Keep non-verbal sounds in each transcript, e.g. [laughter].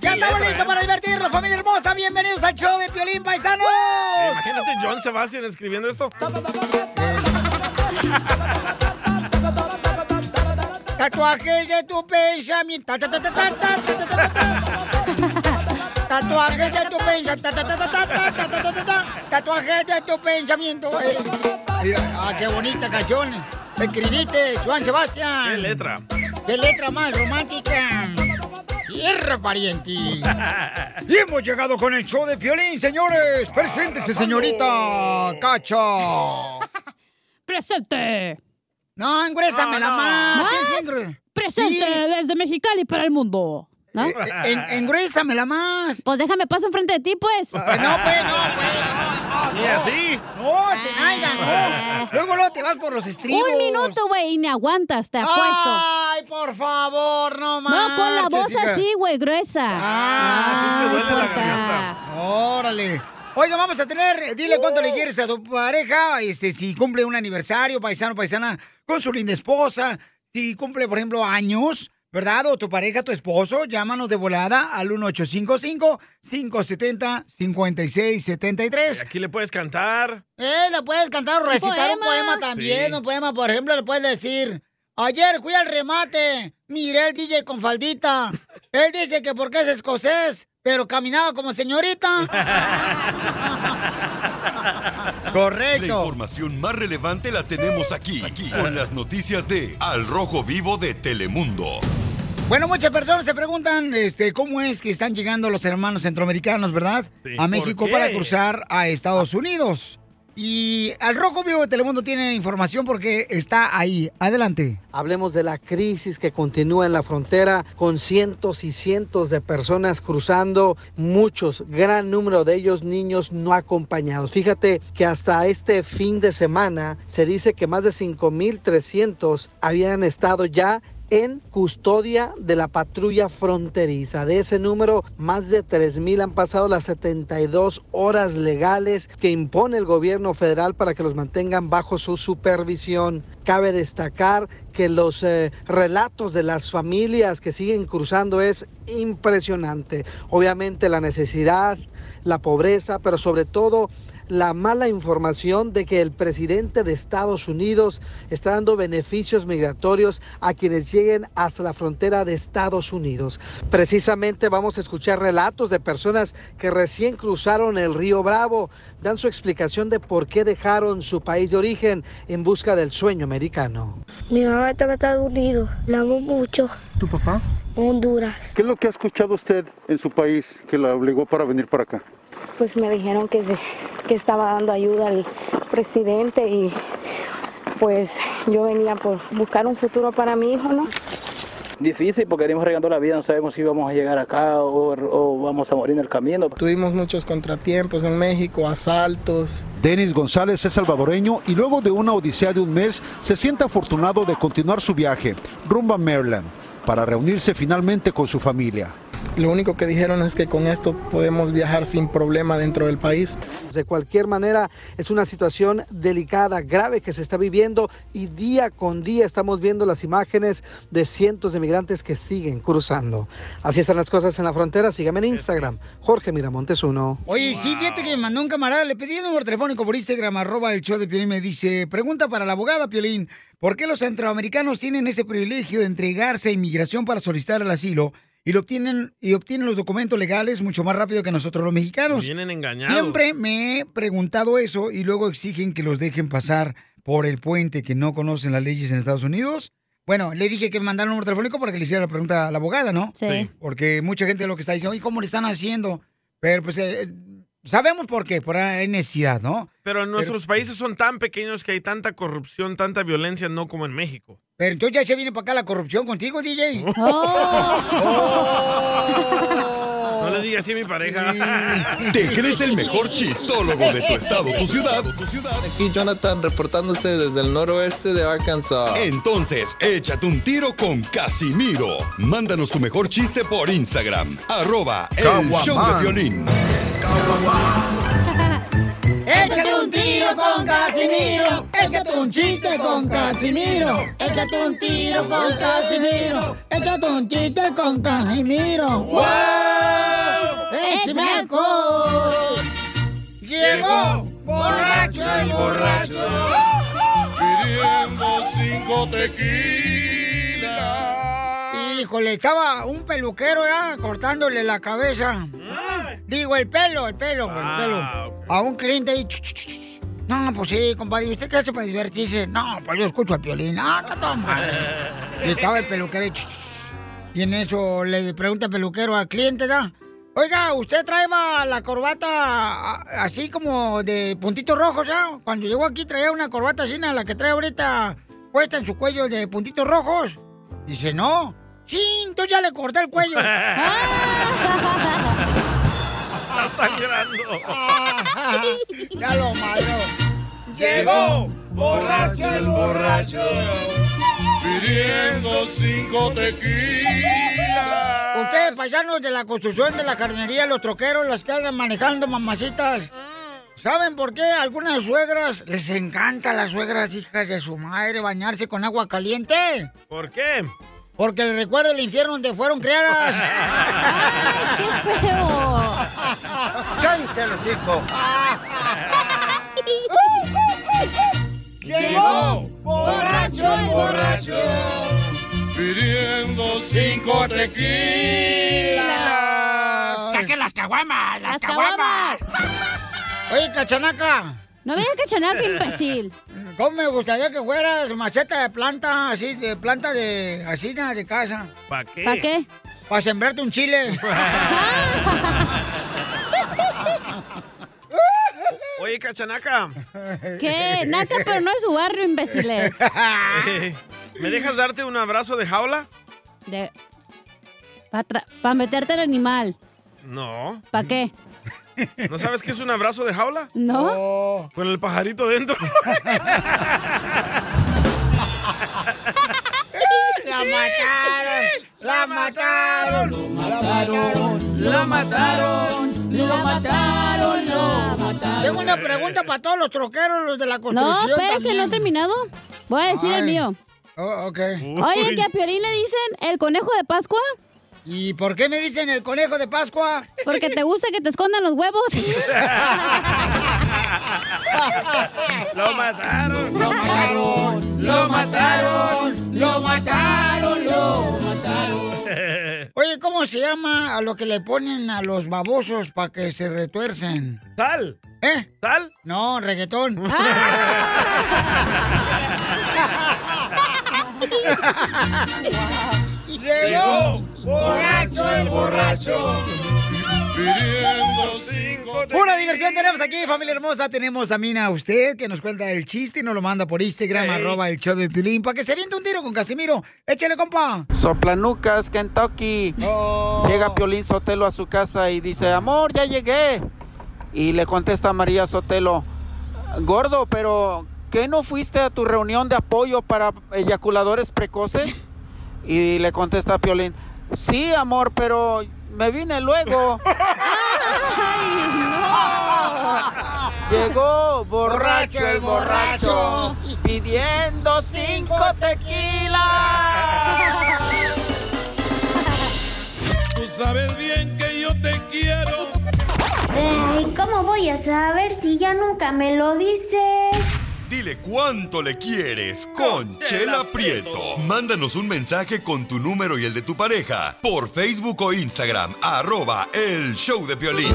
¡Ya estamos listos para divertirnos, familia hermosa! ¡Bienvenidos al show de Piolín Paisano! Imagínate John Sebastian escribiendo esto. Tatuajes de tu pensamiento. Ta, ta, ta, ta, ta, ta, ta, ta, ta, ta. Tatuajes de tu pensamiento. Tatuajes de tu pensamiento. Eh, mira, Ah, qué bonita canción. Escribiste, Juan Sebastián. ¿Qué letra? ¡Qué letra más romántica! ¡Hierro, pariente! Pues y hemos llegado con el show de violín, señores. Preséntese, señorita Cacha. [laughs] Presente. No, engrésame la más. Tienes que engru- Presente Sí. desde Mexicali para el mundo. ¿no? Eh, eh, en- engruésamela más. Pues déjame paso enfrente de ti, pues. [laughs] Pues no, pues, no, pues. Y así. No, Ah, Zenaida, no. Luego luego te vas por los estribos. Eh. Un minuto, güey, y me aguantas, te apuesto. Ay, por favor, no más. No, pon la voz así, güey, gruesa. Ah, así es que duele la porca. garganta. Órale. Oiga, vamos a tener, dile cuánto le quieres a tu pareja, este, si cumple un aniversario, paisano, paisana, con su linda esposa, si cumple, por ejemplo, años, ¿verdad? O tu pareja, tu esposo, llámanos de volada al 1855-570-5673. Aquí le puedes cantar. Eh, le puedes cantar o Un recitar un poema. poema también, Sí. un poema, por ejemplo, le puedes decir, ayer fui al remate, miré el DJ con faldita, él dice que porque es escocés, pero caminaba como [laughs] señorita. La Correcto. información más relevante la tenemos aquí, aquí con las noticias de Al Rojo Vivo de Telemundo. Bueno, muchas personas se preguntan, este, cómo es que están llegando los hermanos centroamericanos, ¿verdad? Sí. A México ¿Por qué? para cruzar a Estados Unidos. Y al Rojo Vivo de Telemundo tiene información porque está ahí. Adelante. Hablemos de la crisis que continúa en la frontera con cientos y cientos de personas cruzando, muchos, gran número de ellos niños no acompañados. Fíjate que hasta este fin de semana se dice que más de 5.300 habían estado ya en custodia de la patrulla fronteriza. De ese número, más de 3.000 han pasado las 72 horas legales que impone el gobierno federal para que los mantengan bajo su supervisión. Cabe destacar que los eh, relatos de las familias que siguen cruzando es impresionante. Obviamente la necesidad, la pobreza, pero sobre todo la mala información de que el presidente de Estados Unidos está dando beneficios migratorios a quienes lleguen hasta la frontera de Estados Unidos. Precisamente vamos a escuchar relatos de personas que recién cruzaron el río Bravo, dan su explicación de por qué dejaron su país de origen en busca del sueño americano. Mi mamá está en Estados Unidos, la amo mucho. ¿Tu papá? Honduras, ¿Qué es lo que ha escuchado usted en su país que la obligó para venir para acá? pues me dijeron que, que estaba dando ayuda al presidente y pues yo venía por buscar un futuro para mi hijo, ¿no? Difícil porque venimos regando la vida, no sabemos si vamos a llegar acá o, o vamos a morir en el camino. Tuvimos muchos contratiempos en México, asaltos. Denis González es salvadoreño y luego de una odisea de un mes se siente afortunado de continuar su viaje rumbo a Maryland para reunirse finalmente con su familia. Lo único que dijeron es que con esto podemos viajar sin problema dentro del país. De cualquier manera, es una situación delicada, grave que se está viviendo y día con día estamos viendo las imágenes de cientos de migrantes que siguen cruzando. Así están las cosas en la frontera. Sígame en Instagram, Jorge Miramontes 1. Oye, sí, fíjate que me mandó un camarada, le pedí el número telefónico por Instagram, arroba el show de Piolín, me dice, pregunta para la abogada Piolín, ¿por qué los centroamericanos tienen ese privilegio de entregarse a inmigración para solicitar el asilo y lo obtienen, y obtienen los documentos legales mucho más rápido que nosotros los mexicanos? Vienen engañados. Siempre me he preguntado eso y luego exigen que los dejen pasar por el puente, que no conocen las leyes en Estados Unidos. Bueno, le dije que me mandara un número telefónico para que le hiciera la pregunta a la abogada, ¿no? Sí. Sí. Porque mucha gente lo que está diciendo, oye, ¿cómo le están haciendo? Pero pues eh, sabemos por qué, por la necesidad, ¿no? Pero en nuestros países son tan pequeños que hay tanta corrupción, tanta violencia, no como en México. Pero entonces ya se viene para acá la corrupción contigo, DJ. [laughs] Oh. [laughs] No le digas así a mi pareja. ¿Te crees el mejor chistólogo de tu estado, tu ciudad? Aquí Jonathan reportándose desde el noroeste de Arkansas. Entonces, échate un tiro con Casimiro. Mándanos tu mejor chiste por Instagram, arroba el Caguaman. show de violín. Échate un tiro con Casimiro. Échate un chiste con Casimiro. Échate un tiro con Casimiro. Échate un chiste con Casimiro. ¡Wow! ¡Échame alcohol! Llegó borracho el borracho. Pidiendo cinco [laughs] tequilas. Híjole, estaba un peluquero ya cortándole la cabeza. Digo, el pelo, el pelo, el pelo. A un cliente ahí. ch, ch, ch, ch. No, pues sí, compadre, ¿y ¿usted qué hace para divertirse? No, pues yo escucho al violín. Ah, qué tal madre. Y estaba el peluquero ahí. ch, ch, ch. Y en eso le pregunta el peluquero al cliente, ¿da? Oiga, ¿usted trae la corbata a- así como de puntitos rojos, ya? Cuando llegó aquí traía una corbata así, na, la que trae ahorita puesta en su cuello de puntitos rojos. Dice, no. Sí, entonces ya le corté [laughs] el cuello. [laughs] Está llorando. ya lo malo. Llegó borracho el borracho. Pidiendo cinco tequilas. Ustedes, paisanos de la construcción de la carnería, los troqueros, las que andan manejando mamacitas, ¿saben por qué a algunas suegras les encanta a las suegras hijas de su madre bañarse con agua caliente? ¿Por qué? Porque les recuerda el infierno donde fueron criadas. [laughs] [laughs] ¡Qué feo! ¡Cántelo, chico! Llegó borracho el borracho. Pidiendo cinco tequilas. ¡Saquen las caguamas! ¡Las, caguamas! Oye, cachanaca. No me digas cachanaca, imbécil. ¿Cómo me gustaría que fueras maceta de planta, así, de planta de así, na, de casa? ¿Para qué? ¿Para qué? Para sembrarte un [laughs] chile. [laughs] Oye, Cachanaca. ¿Qué? Naca, pero no es su barrio, imbéciles. Eh, ¿Me dejas darte un abrazo de jaula? De... Para meterte al animal. No. ¿Para qué? ¿No sabes qué es un abrazo de jaula? ¿No? Con el pajarito dentro. [laughs] ¡La mataron! ¡La mataron! ¡La mataron! ¡La mataron! ¡La mataron! ¡La mataron! Tengo una pregunta para todos los troqueros, los de la No, construcción. espérese, también. no he terminado. Voy a decir el Ay. mío. Oh, ok. Oye, que a Piolín le dicen el conejo de Pascua. ¿Y por qué me dicen el conejo de Pascua? Porque te gusta que te escondan los huevos. [laughs] [laughs] Lo mataron. Lo mataron. Lo mataron. Lo mataron. Lo mataron. Oye, ¿cómo se llama a lo que le ponen a los babosos para que se retuercen? ¡Sal! ¿Eh? ¿Sal? No, [laughs] reggaetón. [laughs] Ah, Llegó borracho el borracho. Pidiendo cinco Pura diversión tenemos aquí, familia hermosa. Tenemos también a usted que nos cuenta el chiste y nos lo manda por Instagram, arroba el show de Pilín, para que se aviente un tiro con Casimiro. Échale, compa. Soplanucas, Kentucky. Llega Piolín Sotelo a su casa y dice, amor, ya llegué. Y le contesta María Sotelo, gordo, pero ¿qué no fuiste a tu reunión de apoyo para eyaculadores precoces? Y le contesta Piolín, sí, amor, pero me vine [laughs] luego. Llegó borracho el borracho pidiendo cinco tequilas. Tú sabes bien que yo te quiero. Ay, ¿cómo voy a saber si ya nunca me lo dices? Dile cuánto le quieres con Chela Prieto. Mándanos un mensaje con tu número y el de tu pareja por Facebook o Instagram, arroba el show de violín.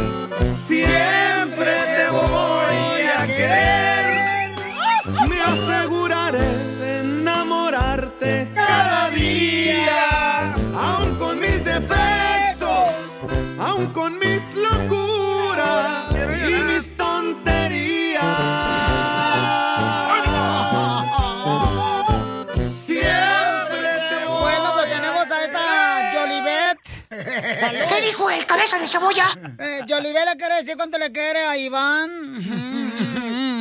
Siempre te voy a querer. Me aseguraré de enamorarte cada día. Aun con mis defectos, aun con mis locuras y mis tonterías. Siempre te voy Bueno, pues tenemos a esta Jolivet. ¿Qué dijo el cabeza de cebolla? Eh, Jolivet le quiere decir cuánto le quiere a Iván.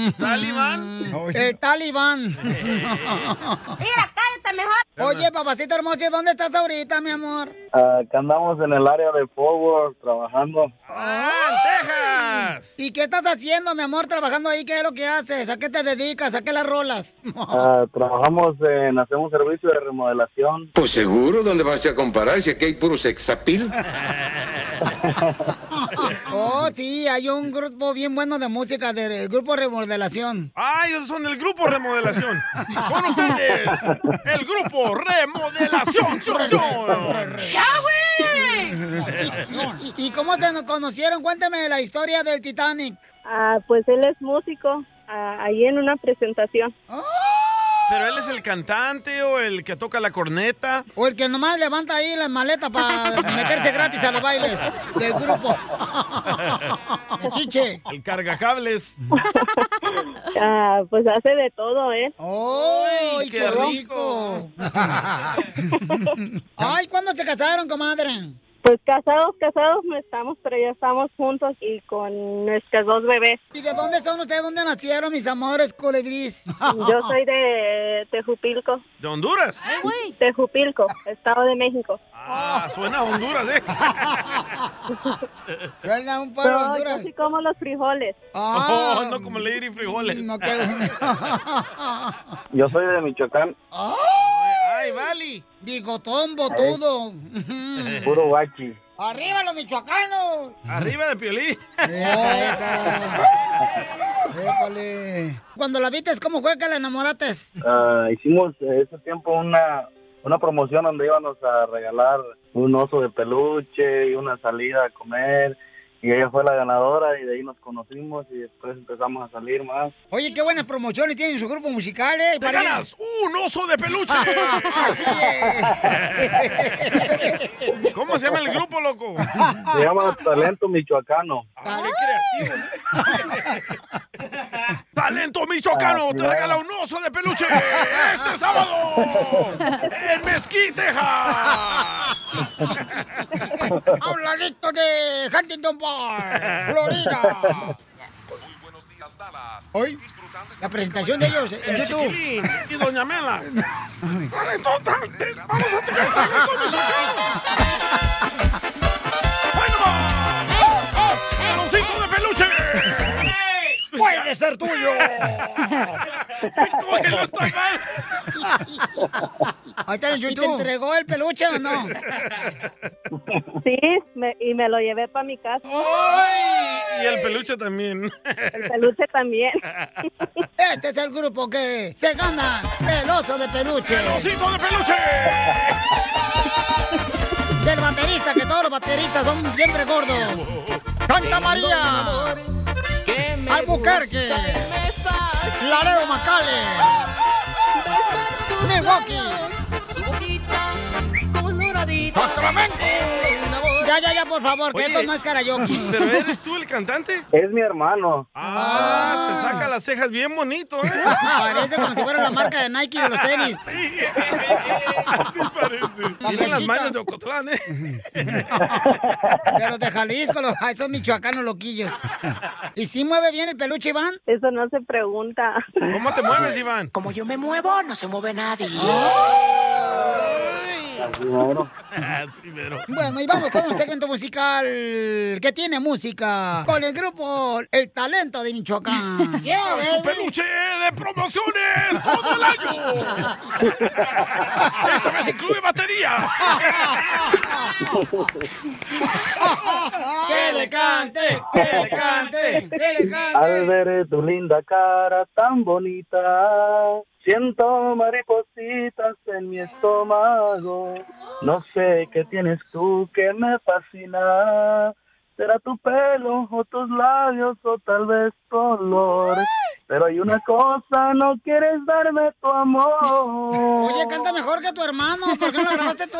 Eh, ¿Talibán? El talibán. Mira, cállate mejor. Oye, papacito hermoso, ¿y ¿dónde estás ahorita, mi amor? Acá Ah, andamos en el área de Forward trabajando. Texas! ¿Y qué estás haciendo, mi amor, trabajando ahí? ¿Qué es lo que haces? ¿A qué te dedicas? ¿A qué las rolas? Ah, trabajamos en, hacemos servicio de remodelación. Pues seguro, ¿dónde vas a comparar si aquí hay puro [laughs] sexapil? Oh, sí, hay un grupo bien bueno de música, del grupo Remodelación. ¡Ay, esos son del grupo Remodelación! ¡Con ustedes! ¡El grupo Remodelación! Chon, Chon. ¡Ya, güey! ¿Y cómo se nos conocieron? Cuéntame la historia del Titanic. Ah, pues él es músico, ah, ahí en una presentación. Ah. ¿Pero él es el cantante o el que toca la corneta? O el que nomás levanta ahí las maletas [laughs] para meterse gratis a los bailes del grupo. El chiche. El cargacables. Ah, pues hace de todo, ¿eh? ¡Ay, qué rico! [laughs] Ay, ¿cuándo se casaron, comadre? Pues casados, casados no estamos, pero ya estamos juntos y con nuestros dos bebés. ¿Y de dónde son ustedes? ¿Dónde nacieron, mis amores, colibris? Yo soy de Tejupilco. ¿De Honduras? Tejupilco, Estado de México. Ah, suena a Honduras, [laughs] ¿eh? Suena un pueblo de Pero Honduras. yo sí como los frijoles. Ah, Ah, Oh, no como Lady Frijoles. No, [laughs] Yo soy de Michoacán, Ah. ¡Ay, Vali! ¡Oh! Bigotón, botudo. puro guachi. ¡Arriba los michoacanos! Arriba de Piolín. Épale. Cuando la viste, ¿cómo fue que la enamoraste? Ah, hicimos eh, ese tiempo una, una promoción donde íbamos a regalar un oso de peluche y una salida a comer. Y ella fue la ganadora y de ahí nos conocimos y después empezamos a salir más. Oye, qué buenas promociones tienen su grupo musical, ¿eh? Parece- ganas ¡Un oso de peluche! Así es. ¿Cómo se llama el grupo, [laughs] loco? Se llama Talento Michoacano. ¡Talento michoacano! Ah, ¡Te claro. regala un oso de peluche! ¡Este sábado! ¡En Mesquite, Texas! [laughs] Habladito de Huntington Park, Florida. Hoy, la presentación de ellos en El YouTube. Chiquilín y Doña Mela. ¡Sales tonta! ¡Vamos a tocar ¡Cinco de peluche! ¡Puede ser tuyo! Ahí está en ¿Y te YouTube. entregó el peluche o no? Sí, me- y me lo llevé para mi casa. Y el peluche también. [laughs] El peluche también. Este es el grupo que se gana el oso de peluche. ¡El osito de peluche! Del baterista, que todos los bateristas son bien re gordos. ¡Santa María! ¡Albuquerque! ¡Laredo Macale! ¡Milwaukee! Ya, ya, ya, por favor, que Oye. esto no es karaoke. ¿Pero eres tú el cantante? Es mi hermano. Ah, se saca las cejas bien bonito, ¿eh? Parece como si fuera la marca de Nike de los tenis. [laughs] Así [laughs] parece. Miren las flechita. manos de Ocotlán, ¿eh? De los de Jalisco, los, ah, esos michoacanos loquillos. ¿Y si mueve bien el peluche, Iván? Eso no se pregunta. ¿Cómo te mueves, Iván? Como yo me muevo, no se mueve nadie. [laughs] Primero. Bueno, y vamos con un segmento musical que tiene música con el grupo El Talento de Michoacán. ¡Su peluche de promociones todo el año! ¡Esta vez incluye baterías! ¡Que le cante! ¡Que le cante! ¡Que le cante! Al ver tu linda cara tan bonita, siento maripositas en mi estómago. No sé qué tienes tú que me fascina. Será tu pelo o tus labios o tal vez tu olor. Pero hay una cosa, no quieres darme tu amor. Oye, canta mejor que tu hermano. ¿Por qué no lo [laughs] grabaste tú?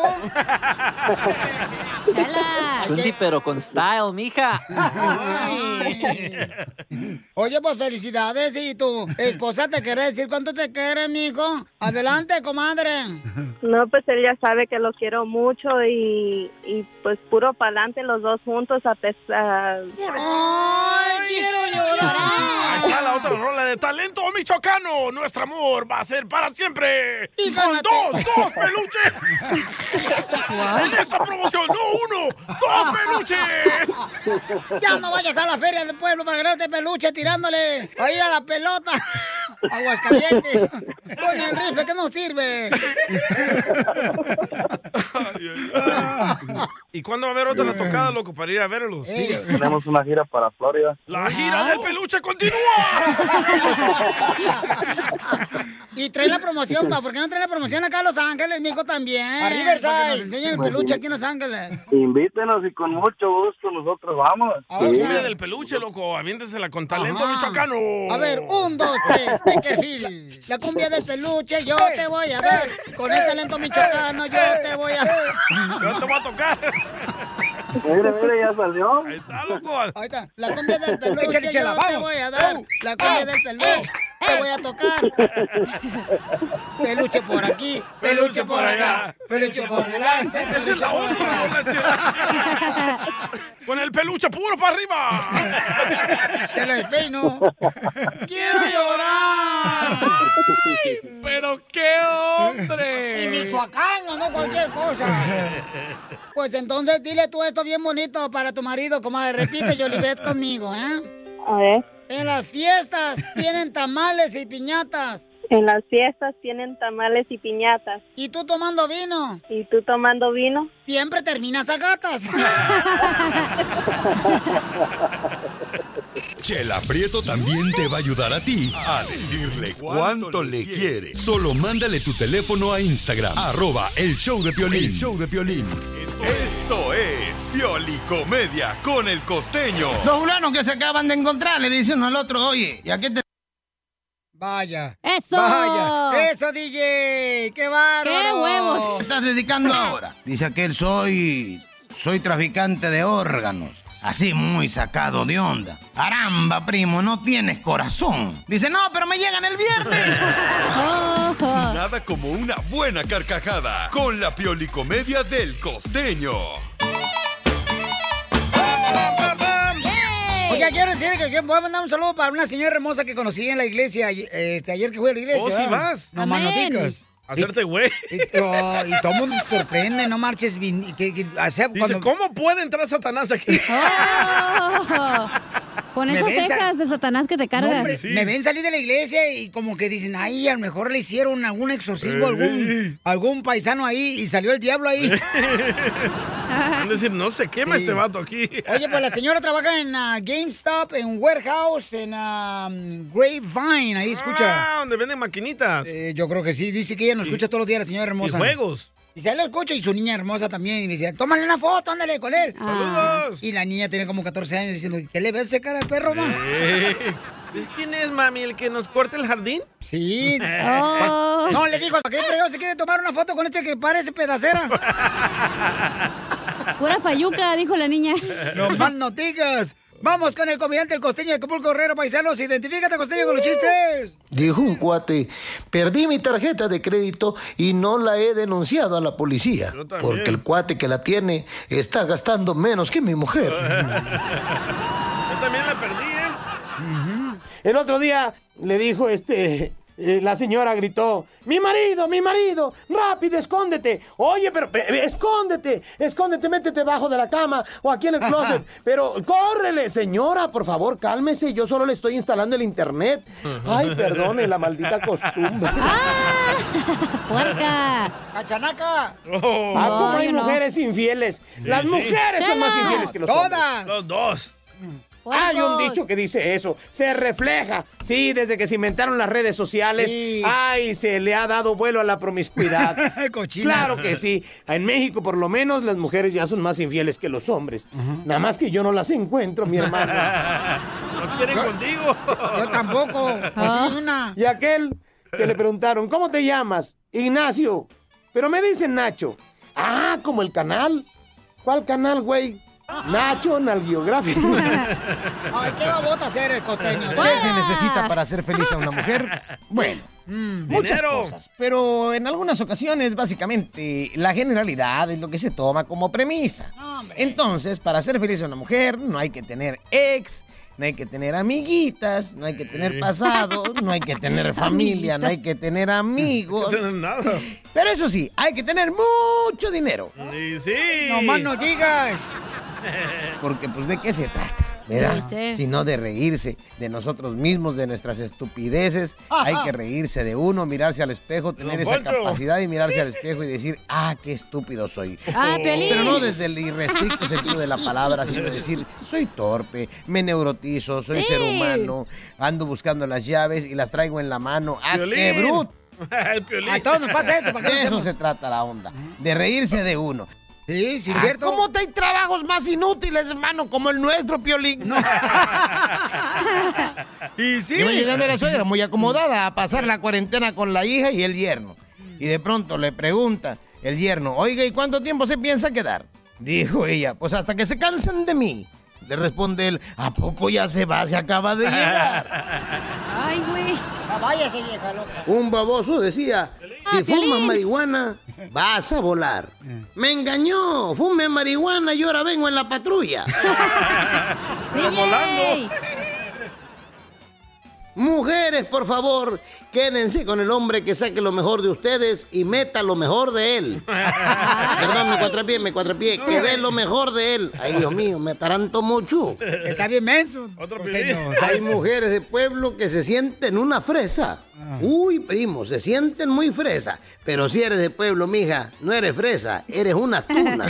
Chundi, Ah, pero con style, mija. Ay. Oye, pues felicidades. ¿Y tu esposa te quiere decir cuánto te quiere, mijo? Adelante, comadre. No, pues él ya sabe que lo quiero mucho y, y pues puro pa'lante los dos juntos a pesar... ¡Ay, quiero llorar! Acá la otra rola de talento michoacano. Nuestro amor va a ser para siempre. ¡Con dos, dos peluches! ¡En esta promoción, no uno, dos [laughs] peluches! Ya no vayas a la feria del pueblo para ganarte peluche tirándole ahí a la pelota. Aguascalientes. Con el rifle que no sirve. ¿Y cuándo va a haber otra tocada, loco, para ir a verlos? Eh. Tenemos una gira para Florida. ¡La gira del peluche continúa! Y trae la promoción, pa. ¿Por qué no trae la promoción acá a Los Ángeles, mijo, también? A Para Riverside. que nos enseñen el peluche aquí en Los Ángeles. Invítenos y con mucho gusto nosotros vamos. La cumbia del peluche, loco. Aviéntesela con talento Ajá. michoacano. A ver, un, dos, tres, Beckerfield. La cumbia del peluche yo te voy a dar. Con el talento michoacano yo te voy a dar. Yo te voy a tocar. Mire, mire, ya salió. Ahí está, loco. Ahí está. La cumbia del [laughs] peluche Échale, yo échala, te vamos. voy a dar. La cumbia del peluche te voy a tocar. Peluche por aquí, peluche por allá, peluche por delante. Esa es la otra, rola, chela. Con el peluche puro para arriba. Te lo despeino. ¡Quiero llorar! ¡Pero qué hombre! Y michoacano, no cualquier cosa. Pues entonces dile tú esto bien bonito para tu marido, [laughs] comadre. Repite, Yolibet, conmigo, ¿eh? A ver, En las fiestas tienen tamales y piñatas. en las fiestas tienen tamales y piñatas. ¿Y tú tomando vino? ¿Y tú tomando vino? Siempre terminas a gatas. Chela Prieto también te va a ayudar a ti a decirle cuánto le quiere. Solo mándale tu teléfono a Instagram, arroba el show de Piolín. show de Piolín. Esto es Piolicomedia con el costeño. Dos fulanos que se acaban de encontrar le dicen uno al otro, oye, ¿y a qué te... Vaya. ¡Eso! Vaya. Eso, DJ. ¡Qué bárbaro! ¿Qué estás dedicando ahora? Dice aquel, soy... soy traficante de órganos. Así muy sacado de onda. Caramba, primo, no tienes corazón. Dice, no, pero me llegan [laughs] el viernes. Nada como una buena carcajada con la Piolicomedia del costeño. Oiga, quiero decir que que voy a mandar un saludo para una señora hermosa que conocí en la iglesia y- este, ayer que fui a la iglesia. Oh, sí ¿verdad? vas. No Amén. manoticas. Hacerte güey. Y, oh, y todo el mundo se sorprende, no marches bien. y que- que- o sea, cuando- ¿Cómo puede entrar Satanás aquí? Con Me esas ven, cejas de Satanás que te No, cargas. hombre, Me ven salir de la iglesia y como que dicen, ay, a lo mejor le hicieron algún Eh, exorcismo a algún, algún paisano ahí y salió el diablo ahí. Eh. Van a decir, no se quema Sí. este vato aquí. Oye, pues la señora trabaja en ah, GameStop, en Warehouse, en ah, Grapevine, ahí escucha. Eh, Ah, donde venden maquinitas. yo creo que sí, dice que ella nos escucha todos los días, la señora hermosa. Y juegos. Y se lo escucha y su niña hermosa también. Y me dice, tómale una foto, ándale con él. Ah. Saludos. Y la niña tiene como 14 años diciendo, ¿qué le ves ese cara de perro, ma? Eh. Pues, ¿Quién es, mami, el que nos corta el jardín? [laughs] Sí. Ah. No, le dijo, ¿para qué fregado se quiere tomar una foto con este que parece pedacera? [laughs] Pura fayuca, dijo la niña. [laughs] No más noticas. Vamos con el comediante, el costeño de Acapulco Herrero, paisanos. Identifícate, costeño, con los chistes. Dijo un cuate, perdí mi tarjeta de crédito y no la he denunciado a la policía, también. porque el cuate que la tiene está gastando menos que mi mujer. Yo también la perdí, ¿eh? El otro día le dijo este eh, la señora gritó, mi marido, mi marido, rápido, escóndete. Oye, pero pe- pe- escóndete, escóndete, métete bajo de la cama o aquí en el [laughs] closet. Pero córrele, señora, por favor, cálmese, yo solo le estoy instalando el internet. Ay, perdone, la maldita [laughs] costumbre. ¡Puerca! ¡Cachanaca! Ah, como hay mujeres infieles. Las Oh. sí. mujeres son más Chela. infieles que los Todas. hombres. Los dos. Hay un Puercos. dicho que dice eso, se refleja. Sí, desde que se inventaron las redes sociales, Sí. ay, se le ha dado vuelo a la promiscuidad. claro que sí. En México, por lo menos, las mujeres ya son más infieles que los hombres. Nada más que yo no las encuentro, [laughs] mi hermano. [laughs] ¿No quieren contigo? Yo tampoco. Pues Ah. Y aquel que le preguntaron, ¿cómo te llamas? Ignacio. Pero me dicen Nacho. Ah, como el canal. ¿Cuál canal, güey? Nacho Nalgiográfico. Ay, [laughs] qué babotas eres, costeño. ¿Qué se necesita para hacer feliz a [laughs] una mujer? Bueno, Mm, muchas dinero. cosas, pero en algunas ocasiones básicamente la generalidad es lo que se toma como premisa. Entonces, para ser feliz a una mujer no hay que tener ex, no hay que tener amiguitas, no hay que [laughs] tener pasado, no hay que tener familia, no hay que tener amigos. Pero eso sí, hay que tener mucho dinero. Y sí. No más [laughs] no digas. Porque, pues, ¿de qué se trata? ¿Verdad? Sí, sí. Sino de reírse de nosotros mismos, de nuestras estupideces. Ajá. Hay que reírse de uno, mirarse al espejo, tener esa Poncho. capacidad de mirarse al espejo y decir, ah, qué estúpido soy. Ah, Piolín. Pero no desde el irrestricto sentido de la palabra, sino decir, soy torpe, me neurotizo, soy Sí. ser humano, ando buscando las llaves y las traigo en la mano. ¡Ah, qué Piolín. bruto! [laughs] El Piolín. De eso se trata la onda, de reírse de uno. Sí, sí, cierto. ¿Cómo te hay trabajos más inútiles, hermano, como el nuestro, Piolín? [laughs] y sí. Iba llegando [laughs] la suegra muy acomodada a pasar la cuarentena con la hija y el yerno. Y de pronto le pregunta el yerno, oiga, ¿y cuánto tiempo se piensa quedar? Dijo ella, pues hasta que se cansen de mí. Le responde él, ¿a poco ya se va? Se acaba de llegar. Ay, güey. Váyase, vieja loca. [laughs] Un baboso decía, si fumas marihuana, vas a volar. Me engañó, fume marihuana y ahora vengo en la [laughs] patrulla. Pero volando. Mujeres, por favor, quédense con el hombre que saque lo mejor de ustedes y meta lo mejor de él. Perdón, me cuatrapié, me cuatrapié, que dé lo mejor de él. Ay, Dios mío, me taranto mucho. Está bien menso. Otro Hay mujeres de pueblo que se sienten una fresa. Ah. Uy, primo, se sienten muy fresa. Pero si eres de pueblo, mija, no eres fresa, eres una tuna.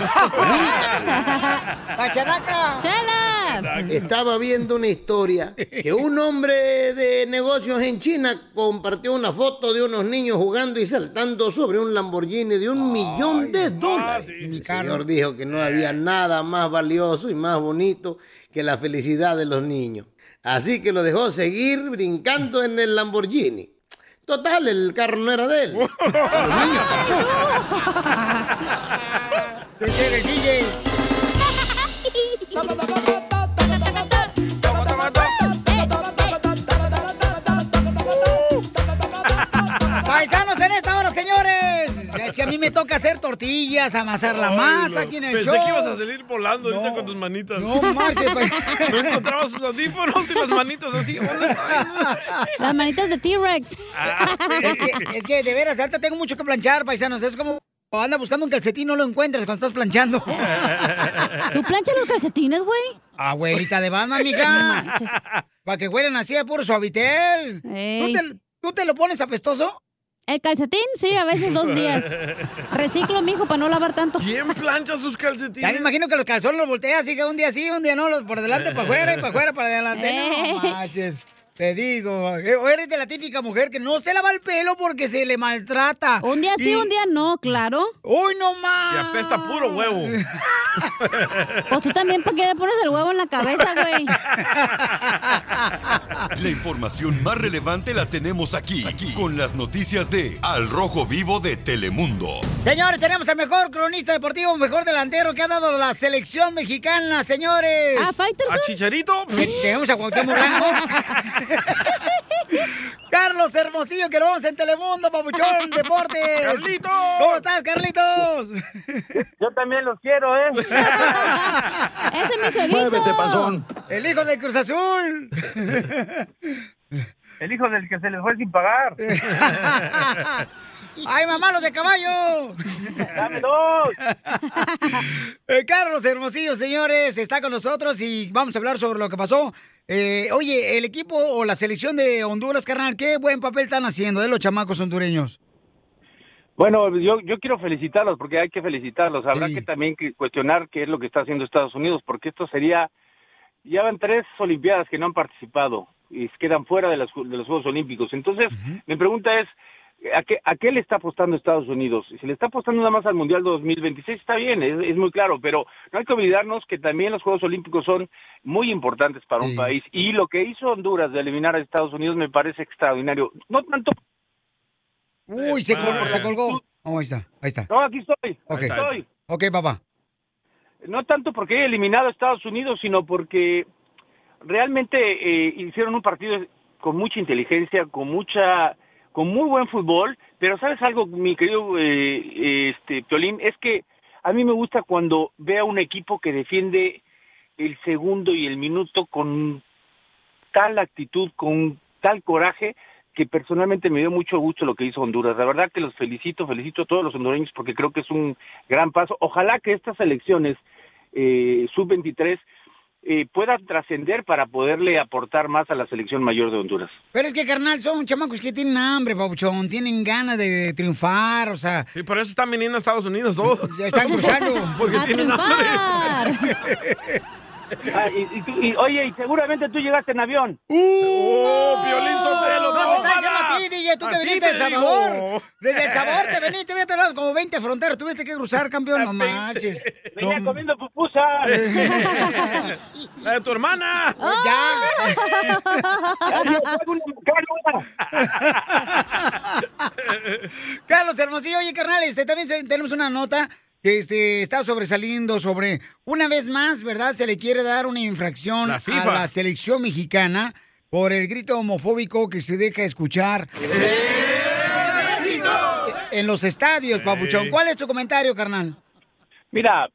¡Pachanaca! ¡Chela! Estaba viendo una historia que un hombre de negocios en China compartió una foto de unos niños jugando y saltando sobre un Lamborghini de un millón de dólares. El señor dijo que no había nada más valioso y más bonito que la felicidad de los niños. Así que lo dejó seguir brincando en el Lamborghini. Total, el carro no era de él. Paisanos en esta hora, señores. Es que a mí me toca hacer tortillas, amasar la Ay, masa lo- aquí en el Pensé show. que ibas a salir volando ahorita con tus manitas. No [laughs] marches, pues. No encontraba sus audífonos y las manitas así. ¿Dónde Las manitas de T-Rex. es, que, es que, de veras, ahorita tengo mucho que planchar, paisanos. Es como cuando anda buscando un calcetín no lo encuentras cuando estás planchando. ¿Tú planchas los calcetines, güey? Abuelita de Batman, No amiga. Para que huelen así de puro suavitel. ¿Tú te, tú te lo pones apestoso? El calcetín, sí, a veces dos días. Reciclo, mijo, para no lavar tanto. ¿Quién [laughs] plancha sus calcetines? Ya me imagino que los calzones los volteas, así que un día sí, un día no, los por delante, para afuera, y para afuera, para adelante. No Eh. manches. Te digo, eh, o eres de la típica mujer que no se lava el pelo porque se le maltrata. Un día sí, un día no, claro. ¡Uy, no más! Y apesta puro huevo. Pues tú también, ¿para qué le pones el huevo en la cabeza, güey? La información más relevante la tenemos aquí, aquí, con las noticias de Al Rojo Vivo de Telemundo. Señores, tenemos al mejor cronista deportivo, mejor delantero que ha dado la selección mexicana, señores. Ah, ¿A Faitelson? ¿A Chicharito? Eh, Tenemos a Cuauhtémoc [laughs] Blanco. Carlos Hermosillo, que lo vamos en Telemundo, [laughs] Papuchón, Deportes. ¡Carlitos! ¿Cómo estás, Carlitos? Yo también los quiero, [laughs] ¿eh? Ese es mi suegrito. Muévete, panzón. El hijo de Cruz Azul. El hijo del que se les fue [laughs] sin pagar. ¡Ay, mamá, los de caballo! ¡Dame dos! [laughs] Eh, Carlos Hermosillo, señores, está con nosotros y vamos a hablar sobre lo que pasó. Eh, oye, el equipo o la selección de Honduras, carnal, qué buen papel están haciendo, ¿eh? Los chamacos hondureños. Bueno, yo, yo quiero felicitarlos porque hay que felicitarlos. Habrá que también que cuestionar qué es lo que está haciendo Estados Unidos, porque esto sería. Ya van tres Olimpiadas que no han participado y quedan fuera de, las- de los Juegos Olímpicos. Entonces, mi pregunta es: ¿a qué, ¿a qué le está apostando Estados Unidos? Si le está apostando nada más al Mundial 2026, está bien, es, es muy claro, pero no hay que olvidarnos que también los Juegos Olímpicos son muy importantes para un país. Y lo que hizo Honduras de eliminar a Estados Unidos me parece extraordinario. No tanto Uy, se colgó. Se colgó. Oh, ahí está, ahí está. No, aquí estoy. Ok. Aquí estoy. Ok, papá. No tanto porque haya eliminado a Estados Unidos, sino porque realmente eh, hicieron un partido con mucha inteligencia, con mucha, con muy buen fútbol. Pero sabes algo, mi querido eh, este Piolín, es que a mí me gusta cuando veo a un equipo que defiende el segundo y el minuto con tal actitud, con tal coraje, que personalmente me dio mucho gusto lo que hizo Honduras. La verdad que los felicito, felicito a todos los hondureños porque creo que es un gran paso. Ojalá que estas elecciones eh, sub-23 eh, puedan trascender para poderle aportar más a la selección mayor de Honduras. Pero es que, carnal, son chamacos que tienen hambre, papuchón. Tienen ganas de triunfar, o sea. Y por eso están viniendo a Estados Unidos todos. Ya están cruzando. [laughs] Porque A tienen hambre. Ah, y, y tú- y, oye, y seguramente tú llegaste en avión. ¡Oh, Piolín Sotelo, ¡Uh! No, te está diciendo tómala! a ti, DJ, tú A que ti viniste te del Salvador. digo. Desde El Salvador te [laughs] viniste, había tardado como 20 fronteras, tuviste que cruzar, campeón, no [laughs] manches. Venía comiendo [laughs] pupusas. La de tu hermana. Pues [laughs] Carlos Hermosillo, oye, carnal, este, también te- tenemos una nota que este, está sobresaliendo sobre, una vez más, ¿verdad? Se le quiere dar una infracción La a FIFA. la selección mexicana por el grito homofóbico que se deja escuchar [laughs] en los estadios, papuchón. ¿Cuál es tu comentario, carnal? Mira,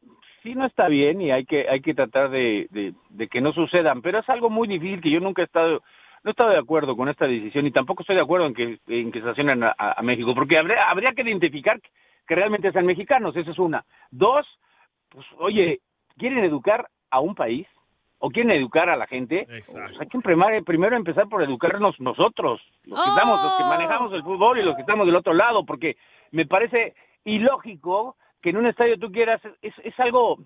sí no está bien y hay que hay que tratar de, de, de que no sucedan, pero es algo muy difícil que yo nunca he estado no he estado de acuerdo con esta decisión y tampoco estoy de acuerdo en que en que sancionen a, a México, porque habría habría que identificar que realmente sean mexicanos, esa es una. Dos, pues oye, quieren educar a un país o quieren educar a la gente, pues, hay que primar- primero empezar por educarnos nosotros, los que estamos, los que manejamos el fútbol y los que estamos del otro lado, porque me parece ilógico que en un estadio tú quieras, es, es algo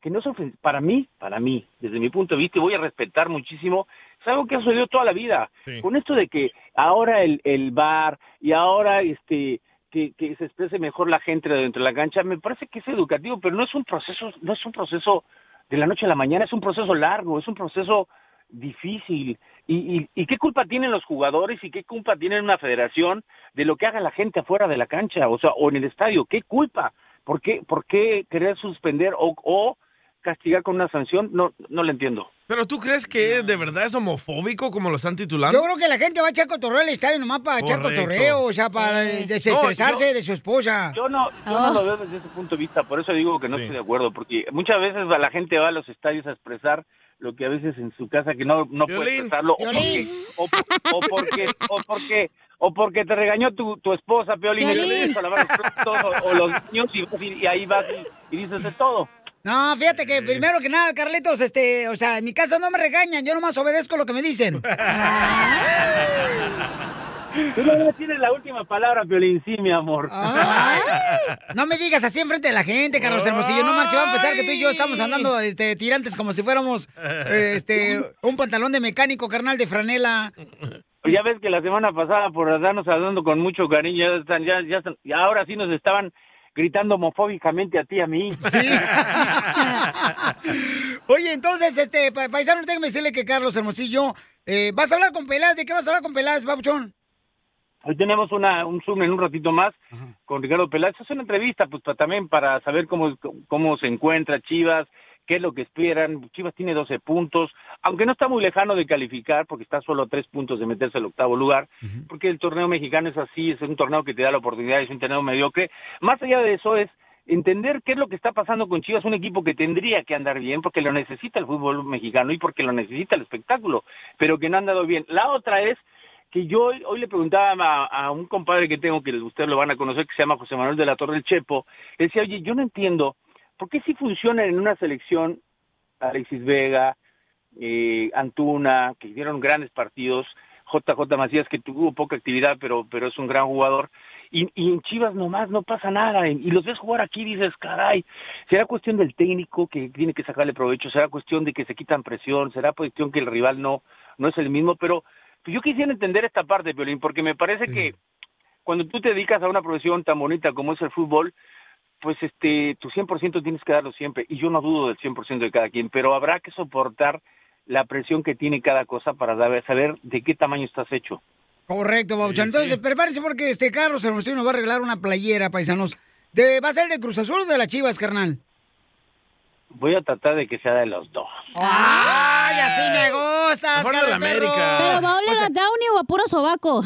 que no es ofen- para mí, para mí, desde mi punto de vista, y voy a respetar muchísimo, es algo que ha sucedido toda la vida. Sí. Con esto de que ahora el, el bar y ahora este que, que se exprese mejor la gente dentro de la cancha, me parece que es educativo, pero no es un proceso, no es un proceso de la noche a la mañana, es un proceso largo, es un proceso difícil. ¿Y, y, y qué culpa tienen los jugadores y qué culpa tiene una federación de lo que haga la gente afuera de la cancha, o sea, o en el estadio? ¿Qué culpa? ¿Por qué, por qué querer suspender o, o castigar con una sanción? No, no lo entiendo. [laughs] ¿Pero tú crees que de verdad es homofóbico como lo están titulando? Yo creo que la gente va a echar cotorreo al estadio nomás para echar Correcto. cotorreo, o sea, para desestresarse No, yo- de su esposa. Yo no, Yo Ah. no lo veo desde ese punto de vista, por eso digo que no estoy de acuerdo, porque muchas veces va- la gente va a los estadios a expresar lo que a veces en su casa que no, no puede Violín. expresarlo, o porque, Violín. o, por- o porque, o porque, o porque te regañó tu, tu esposa, Piolín, y le Violín. tienes que lavar los platos, o, o los niños, y, vas y- y ahí vas y, y dices de todo. No, fíjate que primero que nada, Carlitos, este, o sea, en mi casa no me regañan, yo nomás obedezco lo que me [laughs] dicen. Ah. Tú no tienes la última palabra, Piolín, sí, mi amor. No me digas así enfrente de la gente, Carlos Hermosillo. No marche, va a pensar que tú y yo estamos andando este, tirantes como si [laughs] fuéramos eh, este, un pantalón de mecánico, carnal de franela. Ya ves que la semana pasada, por andarnos hablando con mucho cariño, ya están, ya, ya están- y ahora sí nos estaban gritando homofóbicamente a ti y a mí. Oye, entonces, este, pa- paisano, déjame decirle que Carlos Hermosillo, eh, ¿vas a hablar con Peláez? ¿De qué vas a hablar con Peláez, Babuchón? Hoy tenemos una, un Zoom en un ratito más con Ricardo Peláez. Es una entrevista pues pa- también para saber cómo, cómo se encuentra Chivas, qué es lo que esperan. Chivas tiene 12 puntos, aunque no está muy lejano de calificar porque está solo a 3 puntos de meterse al octavo lugar, porque el torneo mexicano es así, es un torneo que te da la oportunidad, es un torneo mediocre. Más allá de eso es entender qué es lo que está pasando con Chivas, un equipo que tendría que andar bien porque lo necesita el fútbol mexicano y porque lo necesita el espectáculo, pero que no ha andado bien. La otra es que yo hoy, hoy le preguntaba a, a un compadre que tengo, que ustedes lo van a conocer, que se llama José Manuel de la Torre del Chepo, le decía, oye, yo no entiendo, ¿por qué si funcionan en una selección Alexis Vega, eh, Antuna, que dieron grandes partidos, JJ Macías, que tuvo poca actividad, pero, pero es un gran jugador, y, y en Chivas nomás no pasa nada, y, y los ves jugar aquí y dices, caray, será cuestión del técnico que tiene que sacarle provecho, será cuestión de que se quitan presión, será cuestión que el rival no, no es el mismo, pero pues, yo quisiera entender esta parte, Piolín, porque me parece que cuando tú te dedicas a una profesión tan bonita como es el fútbol, pues este, tu 100% tienes que darlo siempre, y yo no dudo del 100% de cada quien, pero habrá que soportar la presión que tiene cada cosa para saber- saber de qué tamaño estás hecho. Correcto, Bauchan. Entonces, prepárense porque este Carlos Hermosillo nos va a regalar una playera, paisanos. De, ¿Va a ser de Cruz Azul o de las Chivas, carnal? Voy a tratar de que sea de los dos. ¡Ay, así me gustas, Mejor de cara de la perro! América. Pero va a oler a Downey o a puro [laughs] sobaco.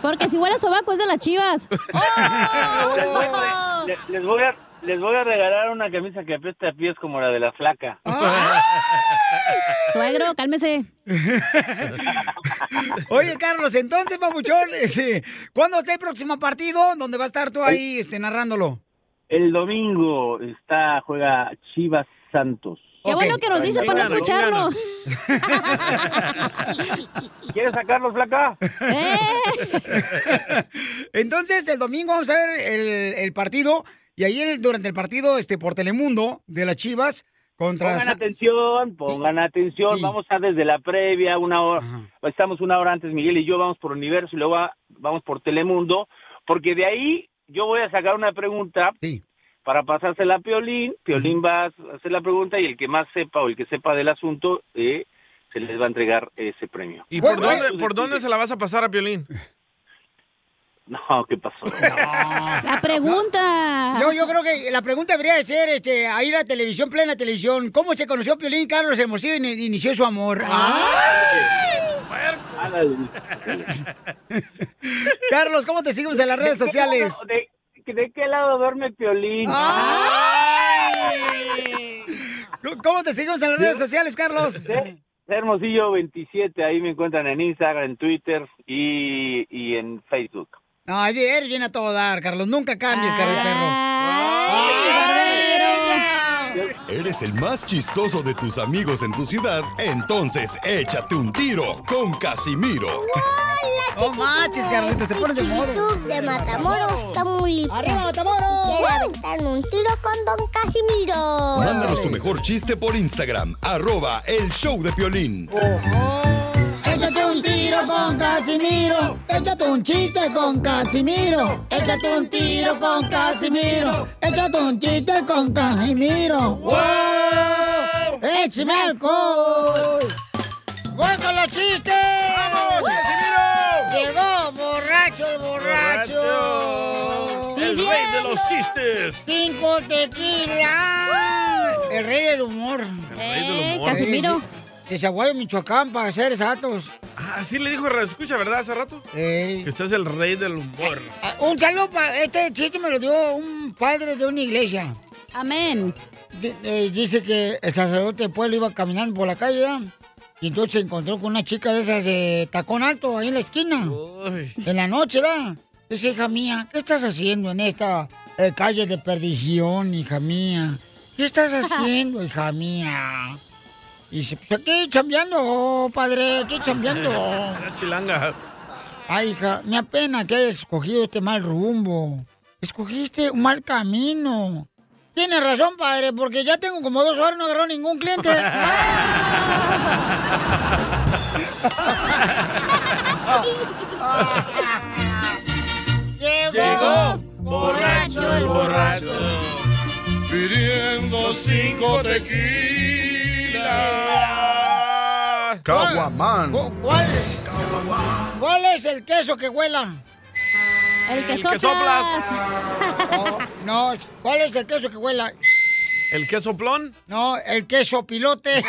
Porque si huele a sobaco es de las chivas. ¡Oh! Les voy, a- le- les voy a, les voy a regalar una camisa que apesta a pies como la de la flaca. Ah, Ah. Suegro, cálmese. [laughs] Oye, Carlos, entonces, Papuchón, [laughs] este, ¿cuándo está el próximo partido? ¿Dónde va a estar tú ahí este, narrándolo? El domingo está juega Chivas Santos. Qué bueno que nos dice para no escucharlo. ¿Quieres sacarlos, flaca? Eh. [laughs] Entonces, el domingo vamos a ver el, el partido. Y ahí el- durante el partido este, por Telemundo de las Chivas contra... Pongan atención, pongan atención. Vamos a desde la previa, una hora. Estamos una hora antes, Miguel y yo vamos por Universo y luego va- vamos por Telemundo, porque de ahí yo voy a sacar una pregunta para pasársela a Piolín. Piolín va a hacer la pregunta y el que más sepa o el que sepa del asunto eh, se les va a entregar ese premio. ¿Y por, eh, dónde, por dónde se la vas a pasar a Piolín? [laughs] No, ¿qué pasó? La pregunta. Yo, yo creo que la pregunta debería de ser, este, ahí la televisión, plena televisión, ¿cómo se conoció Piolín Carlos Hermosillo y ni- inició su amor? Ah. Carlos, ¿cómo te siguen en las redes ¿De qué sociales? lado- de, de qué lado duerme Piolín? ¿Cómo te seguimos en las redes sociales, Carlos? Hermosillo 27, ahí me encuentran en Instagram, en Twitter y, y en Facebook. No, ayer viene a todo dar, Carlos. Nunca cambies, Carlos Perro. ¿Eres el más chistoso de tus amigos en tu ciudad? Entonces échate un tiro con Casimiro. No manches, Carlitos, te pones de moro. YouTube de Matamoros, Tamaulipas. ¡Arriba, Matamoros! Quiere aventarme un tiro con Don Casimiro. Mándanos tu mejor chiste por Instagram, arroba el show de Piolín. Échate un tiro con Casimiro. Échate un chiste con Casimiro. Échate un tiro con Casimiro. Échate un chiste con Casimiro. ¡Wow! ¡Échame alcohol! ¡Voy con los chistes! ¡Vamos, Casimiro! Llegó borracho el borracho. El rey de los chistes. Cinco tequilas. El rey del humor. El rey del humor. Casimiro. De Zaguayo, Michoacán, para ser exactos. Así Ah, le dijo Escucha, ¿verdad? Hace rato. Que usted es el rey del humor. Ah, Un saludo para este chiste me lo dio un padre de una iglesia. Amén. dice que el sacerdote del pueblo iba caminando por la calle ¿ya? y entonces se encontró con una chica de esas de tacón alto ahí en la esquina. Oh. En la noche, ¿verdad? Dice, hija mía, ¿qué estás haciendo en esta eh, calle de perdición, hija mía? ¿Qué estás haciendo, hija mía? Y dice, pues aquí chambeando, padre, aquí [laughs] chambeando. [laughs] La chilanga. Ay, hija, me apena que hayas escogido este mal rumbo. Escogiste un mal camino. Tienes razón, padre, porque ya tengo como dos horas no agarró ningún [laughs] cliente. Llegó borracho el borracho. Pidiendo cinco tequilas. Caguamán. ¿Cuál? ¿Cuál es el queso que huela? El que El que soplas. Oh, No, no, ¿cuál es el queso que huela? ¿El queso plón? No, el queso [laughs] [laughs] pilote.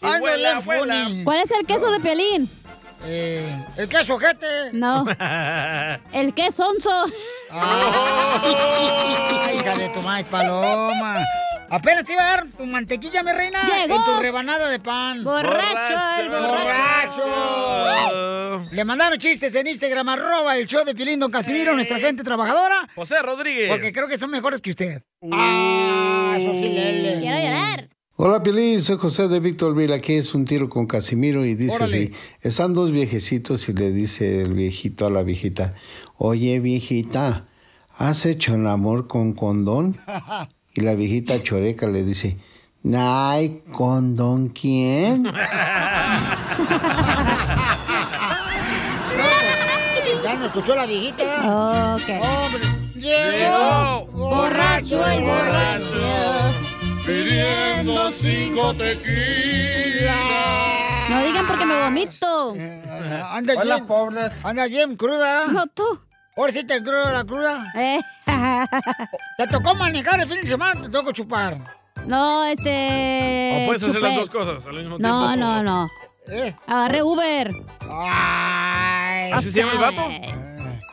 Ay, no, bien funny. ¿Cuál es el queso de Pelín? Eh, el queso jete. [laughs] No. El queso onzo. Ay, hija de tu maíz paloma. Apenas te iba a dar tu mantequilla, mi reina, Llegó. en tu rebanada de pan. Borracho, el borracho. Borracho. Le mandaron chistes en Instagram, arroba el show de Piolín, Don Casimiro, nuestra gente trabajadora. José Rodríguez. Uh. Porque creo que son mejores que usted. Ah, eso sí, Lele. Quiero llorar. Hola Piolín, soy José de Victorville, aquí es un tiro con Casimiro y dice así, están dos viejecitos y le dice el viejito a la viejita, oye viejita, ¿has hecho el amor [laughs] con condón? Y la viejita choreca le dice, ay, condón quién? Ya me escuchó la viejita. Ok. Hombre. Llegó borracho el borracho pidiendo cinco tequilas. No digan porque me vomito. Eh, Andas bien. Andas bien cruda. No tú. Ahora sí te cruda la cruda. Eh. ¿Te tocó manejar el fin de semana? o ¿Te tocó chupar? No, este. O puedes hacer chupé. las dos cosas al mismo tiempo. No, no, no. Eh. Agarré Uber. Ay. ¿Así se llama el vato?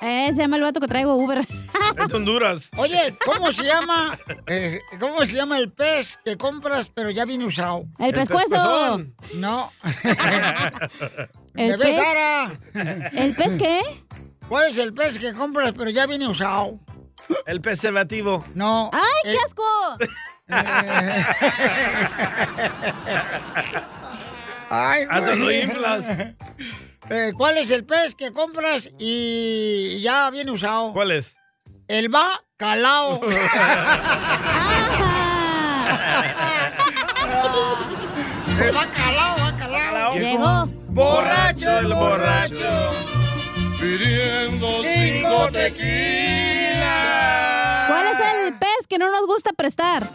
Eh, se llama el vato que traigo Uber. Es de Honduras. Oye, ¿cómo se llama? eh, ¿Cómo se llama el pez que compras pero ya viene usado? El El pescuezo. pescuezón. No. [laughs] El Bebé pez- Sara. ¿El pez qué? ¿Cuál es el pez que compras pero ya viene usado? El preservativo. No. ¡Ay, qué asco! [laughs] Ay, güey. Hasta lo inflas. Eh, ¿Cuál es el pez que compras y ya viene usado? ¿Cuál es? El va [laughs] calao. el va calao, va calao. Llegó. Borracho el borracho. Pidiendo cinco tequilas. ¿Cuál es el pez que no nos gusta prestar?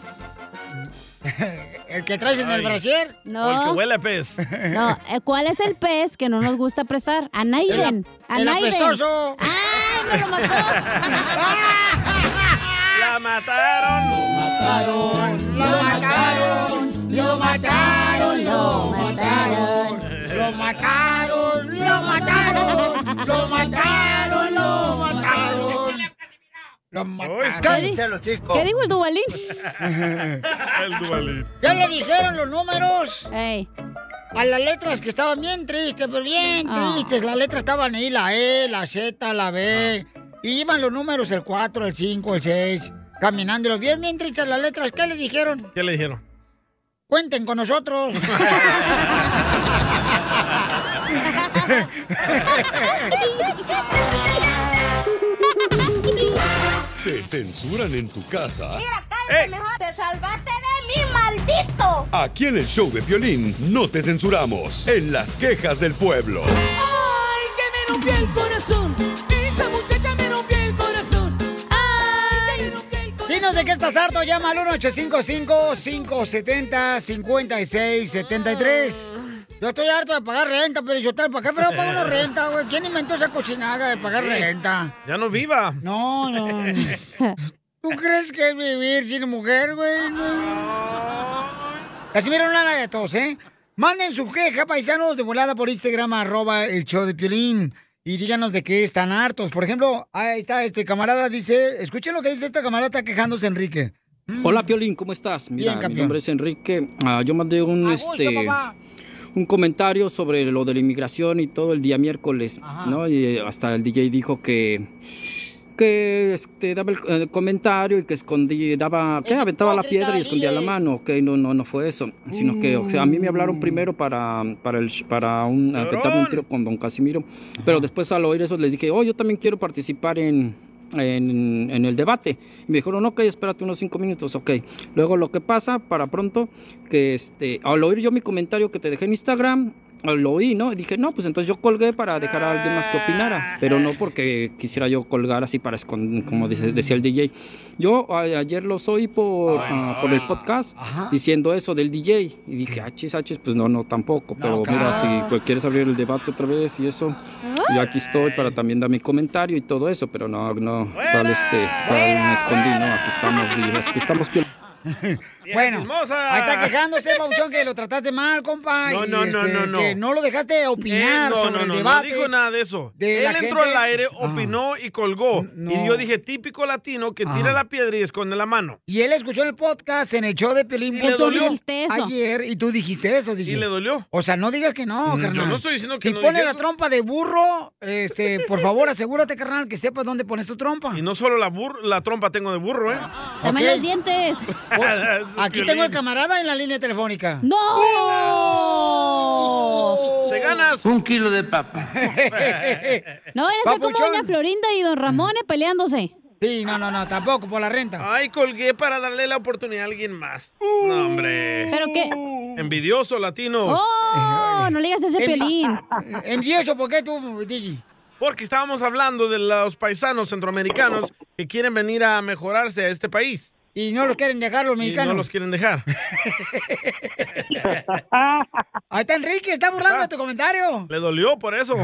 [laughs] ¿El que traes en el Ay. brasier? No. O el que huele a pez. No, eh, ¿cuál es el pez que no nos gusta prestar? A Naiden. A el Naiden. apestoso. ¡Ay, me lo mató! ¡La mataron! mataron, lo mataron, lo mataron, lo mataron. Lo mataron, lo mataron, lo mataron, lo mataron. Lo mataron. ¿Qué, di- qué [laughs] dijo el Dubalín? el duvalín. ¿Ya le dijeron los números? Ey. A las letras que estaban bien tristes, pero bien Ah. tristes. Las letras estaban ahí, la E, la Z, la B. Y iban los números, el 4, el 5, el 6. Caminándolos bien, bien tristes las letras. ¿Qué le dijeron? ¿Qué le dijeron? Cuenten con [laughs] nosotros. [laughs] [laughs] Te censuran en tu casa. mejor te salvaste de mí, maldito. Aquí en el show de violín no te censuramos. En las quejas del pueblo. Ay, que me rompió el corazón. Esa muchacha me rompió el corazón. Ay, Dinos de qué estás harto, llama al 1-855-570-5673. Yo estoy harto de pagar renta, pero yo tal, ¿para qué frego pago uno renta, güey? ¿Quién inventó esa cochinada de pagar Sí. renta? Ya no viva. Eh, No, [laughs] no. ¿Tú crees que es vivir sin mujer, güey? Casi miraron la de todos, ¿eh? Manden su queja, paisanos, de volada por Instagram, arroba el show de Piolín. Y díganos de qué están hartos. Por ejemplo, ahí está este camarada, dice... Escuchen lo que dice esta camarada está quejándose, Enrique. Mm. Hola Piolín, ¿cómo estás? Mira, Bien, mi campeón. nombre es Enrique. Ah, yo mandé un este papá. un comentario sobre lo de la inmigración y todo el día miércoles, Ajá. ¿no? Y eh, hasta el DJ dijo que que este, daba el eh, comentario y que escondí, daba, que aventaba la piedra y escondía la mano, que no, no, no fue eso, sino que o sea, a mí me hablaron primero para, para, el, sh- para un, aventarme un tiro con don Casimiro, pero después al oír eso les dije, oh, yo también quiero participar en, en, en el debate. Y me dijeron, ok, espérate unos cinco minutos, ok. Luego lo que pasa, para pronto, que este, al oír yo mi comentario que te dejé en Instagram, lo oí, ¿no? Y dije, no, pues entonces yo colgué para dejar a alguien más que opinara, pero no porque quisiera yo colgar así para esconder, como dice- decía el DJ. Yo a- ayer los oí por, ah, por el podcast diciendo eso del DJ y dije, achis, achis, pues no, no, tampoco, pero mira, si pues, quieres abrir el debate otra vez y eso, yo aquí estoy para también dar mi comentario y todo eso, pero no, no, vale, este, cual me escondí, no, aquí estamos, y aquí estamos. Bueno, chismosa. ahí está quejándose, Pauchón, que lo trataste mal, compa. No, y, no, no, este, no, no. Que no lo dejaste opinar Eh, no, sobre no, el no, debate. No dijo nada de eso. de Él la entró gente. Ah. al aire, opinó y colgó. Y yo dije, típico latino que tira Ajá. la piedra y esconde la mano. Ah. Y él escuchó el podcast en el show de Pelín. Y le dolió. Dijiste eso. Ayer, y tú dijiste eso, dije. Y le dolió. O sea, no digas que no, Mm, carnal. yo no estoy diciendo que si no Si pone dije la eso. trompa de burro, este, por favor, asegúrate, carnal, que sepas dónde pones tu trompa. Y no solo la, bur- la trompa tengo de burro, ¿eh? También Ok. los dientes. Pues, [laughs] Aquí Piolín. tengo el camarada en la línea telefónica. [laughs] ¡No! ¡Te ganas! Un kilo de papa. No, era como Papuchón. Doña Florinda y Don Ramón eh, peleándose. Sí, no, no, no, tampoco por la renta. Ay, colgué para darle la oportunidad a alguien más. Uh. No, hombre. ¿Pero qué? Envidioso latino. ¡Oh! No le digas ese Envi- pelín. Envidioso, ¿por qué tú, DJ? Porque estábamos hablando de los paisanos centroamericanos que quieren venir a mejorarse a este país. Y no los quieren dejar los Y no mexicanos. los quieren dejar. [laughs] Ahí está Enrique, está burlando de tu comentario. Le dolió por eso.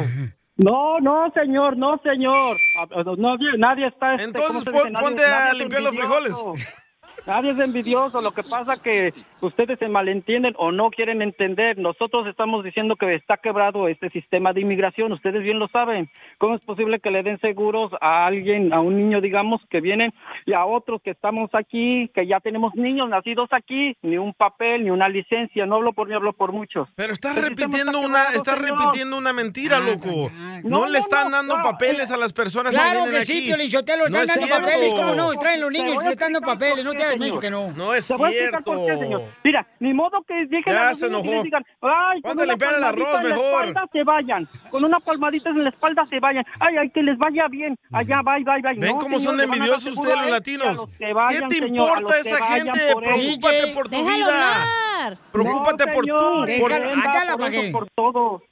No, no, señor, no, señor. A- a- no, nadie está... este, ¿cómo Entonces se pon- dice? Nadie- ponte a nadie es limpiar los frijoles. envidioso. [laughs] Nadie es envidioso, lo que pasa que ustedes se malentienden o no quieren entender. Nosotros estamos diciendo que está quebrado este sistema de inmigración, ustedes bien lo saben. ¿Cómo es posible que le den seguros a alguien, a un niño, digamos, que vienen y a otros que estamos aquí, que ya tenemos niños nacidos aquí, ni un papel, ni una licencia? No hablo por mí, hablo por muchos. Pero estás repitiendo una, estás repitiendo una mentira, loco. No, No, le no, están no, dando no, eh. papeles a las personas Claro que que vienen sí, aquí. Piolín Sotelo, No están es dando cierto. papeles, ¿cómo no? Y traen los Te niños, voy y a le están dando explicar papeles, no por te qué, hagas señor. menso que no. No es Te voy a explicar por qué, señor. Mira, ni modo que dejen Ya a los se niños y enojó. les digan, ay, con Ponte a una limpiar el palmadita arroz en mejor. la espalda se vayan, con una palmadita en la espalda se vayan, ay, ay, que les vaya bien, allá, bye, bye, bye. Ven cómo son de envidiosos ustedes los latinos. ¿Qué te importa esa gente? Preocúpate por tu vida. Preocúpate por tú, por- Ah, Acá la pagué. Por todo.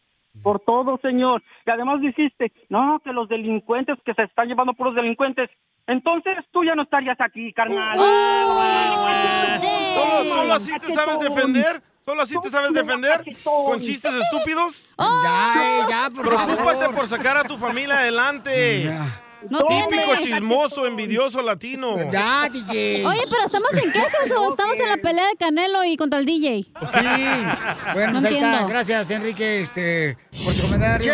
Por todo, señor. Y además dijiste, no, que los delincuentes, que se están llevando por los delincuentes. Entonces tú ya no estarías aquí, carnal. Uh, ¿Solo, solo así te sabes defender? ¿Solo así te sabes defender? ¿Con chistes estúpidos? Ya, eh, ya, por Preocúpate favor. por sacar a tu familia adelante. No Típico tiene. chismoso, envidioso latino. [laughs] Ya, DJ. Oye, pero estamos en quejas o estamos en la pelea de Canelo y contra el DJ. Sí. Bueno, no pues ahí está. entiendo. Gracias, Enrique, este, por su comentario.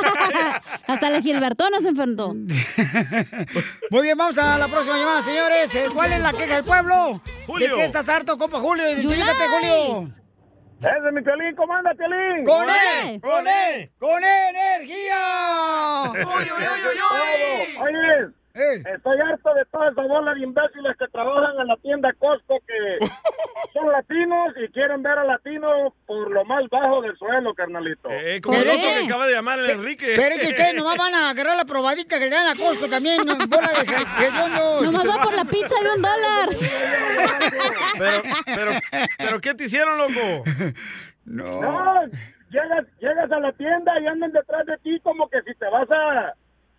[laughs] Hasta la Gilbertón nos enfrentó. Muy bien, vamos a la próxima llamada, señores. Eh, ¿Cuál es la queja del pueblo? Julio. ¿De qué estás harto, compa Julio? Identifícate, Yulai. Julio. Es de mi Piolín, ¿cómo anda, Piolín? ¡Con E. él! ¡Con él! ¡Con E, energía! uy! Oye, estoy harto de toda esa bola de imbéciles que trabajan en la tienda Costco [laughs] que son latinos y quieren ver a latinos por lo más bajo del suelo, carnalito. Eh, como el Pero- otro que acaba de llamar el Enrique. Pero es que ustedes nomás [laughs] van a agarrar la probadita que le dan a Costco también, ¿no? bola de [laughs] hediondos. Nomás va por la pizza de un dólar. Pero, pero, pero, ¿qué te hicieron, loco? No, llegas, llegas a la tienda y andan detrás de ti como que si te vas a,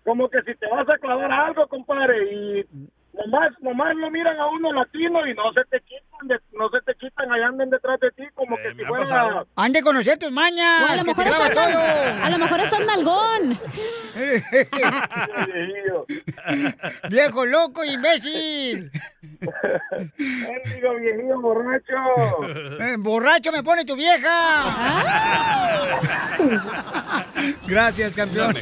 como que si te vas a clavar algo, compadre, y nomás, nomás lo miran a uno latino y no se te quitan, de- no se te quitan, ahí andan detrás de ti como que si fuera... Han de conocer tus mañas. O a lo que te mejor clava está tan- todo. a lo mejor está nalgón. [laughs] Viejo loco, imbécil. Digo, viejillo borracho. Eh, borracho me pone tu vieja. Gracias, campeón.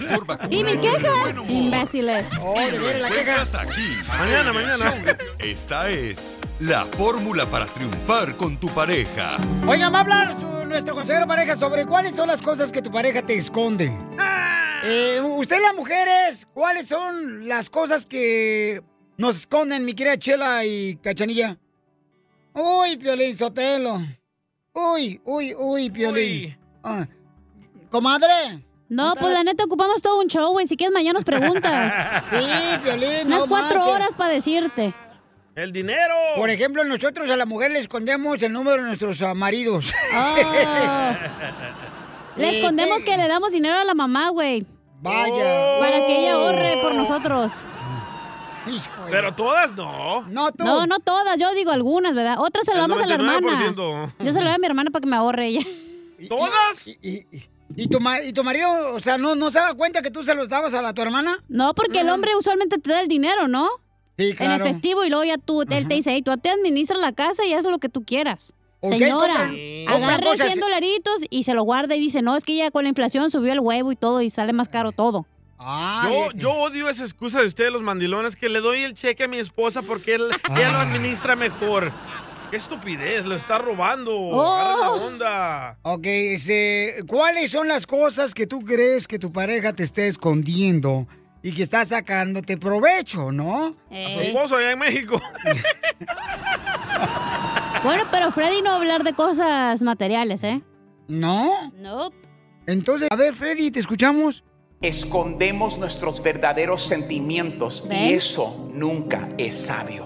¿Y mi queja? Imbéciles. Oh, Encuentras aquí. Mañana, en el mañana. show. Esta es la fórmula para triunfar con tu pareja. Oigan, va a hablar su- nuestro consejero pareja sobre cuáles son las cosas que tu pareja te esconde. Eh, usted, las mujeres, ¿cuáles son las cosas que nos esconden, mi querida Chela y Cachanilla? Uy, Piolín Sotelo. Uy, uy, uy, Piolín. Ah, Comadre. No, pues la neta ocupamos todo un show, güey. Si quieres, mañana nos preguntas. [laughs] Sí, Piolín, Unas no cuatro marches. horas para decirte. ¡El dinero! Por ejemplo, nosotros a la mujer le escondemos el número de nuestros ah, maridos. Ah. [laughs] Le Oh. Sí, escondemos que le damos dinero a la mamá, güey. Vaya. Para que ella ahorre por nosotros. Pero todas no. No, tú. No, no todas, yo digo algunas, ¿verdad? Otras se El lo damos a la hermana. 99%. Yo se lo doy a mi hermana para que me ahorre ella. ¿Todas? ¿Y, y- y- y tu, ma- y tu marido, o sea, no, no se da cuenta que tú se los dabas a la tu hermana? Mm. No, porque el hombre usualmente te da el dinero, ¿no? Sí, en claro. efectivo y luego ya tú, él te dice, hey, tú te administras la casa y haz lo que tú quieras. Ok, Señora, compra- Sí. compra agarre cosas. 100 dolaritos y se lo guarda y dice, no, es que ya con la inflación subió el huevo y todo y sale más caro todo. eh, Yo, yo odio esa excusa de ustedes, los mandilones, que le doy el cheque a mi esposa porque [laughs] él, ella lo administra mejor. ¡Qué estupidez! Lo está robando. Oh. Agarra la onda! Ok, este, ¿cuáles son las cosas que tú crees que tu pareja te esté escondiendo y que está sacándote provecho, no? A su esposo allá en México. Bueno, pero Freddy no va a hablar de cosas materiales, ¿eh? No. No. Entonces, a ver, Freddy, te escuchamos. Escondemos nuestros verdaderos sentimientos y ¿Ven? eso nunca es sabio.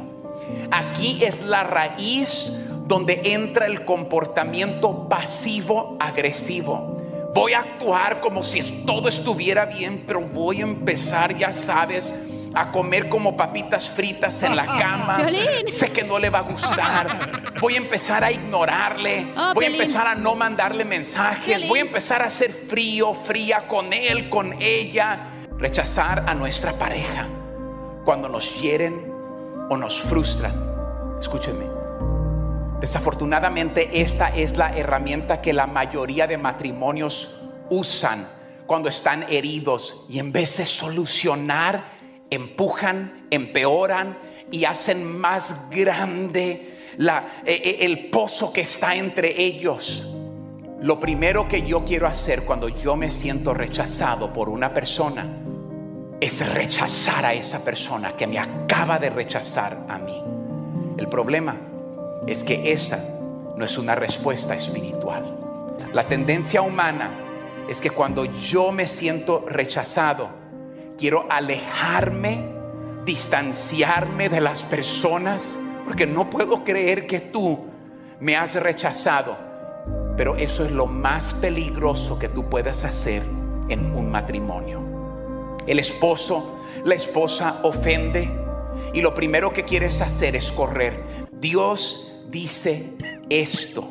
Aquí es la raíz donde entra el comportamiento pasivo-agresivo. Voy a actuar como si es- todo estuviera bien, pero voy a empezar, ya sabes, a comer como papitas fritas en la cama. Piolín. Sé que no le va a gustar. Voy a empezar a ignorarle. Oh, voy a Piolín. empezar a no mandarle mensajes. Voy a empezar a ser frío, fría con él, con ella. Rechazar a nuestra pareja cuando nos hieren o nos frustran. Escúcheme. Desafortunadamente esta es la herramienta que la mayoría de matrimonios usan cuando están heridos y en vez de solucionar, empujan, empeoran y hacen más grande la- e- e- el pozo que está entre ellos. Lo primero que yo quiero hacer cuando yo me siento rechazado por una persona es rechazar a esa persona que me acaba de rechazar a mí. El problema es que esa no es una respuesta espiritual. La tendencia humana es que cuando yo me siento rechazado, quiero alejarme, distanciarme de las personas, porque no puedo creer que tú me has rechazado. Pero eso es lo más peligroso que tú puedas hacer en un matrimonio. El esposo, la esposa ofende y lo primero que quieres hacer es correr. Dios dice esto.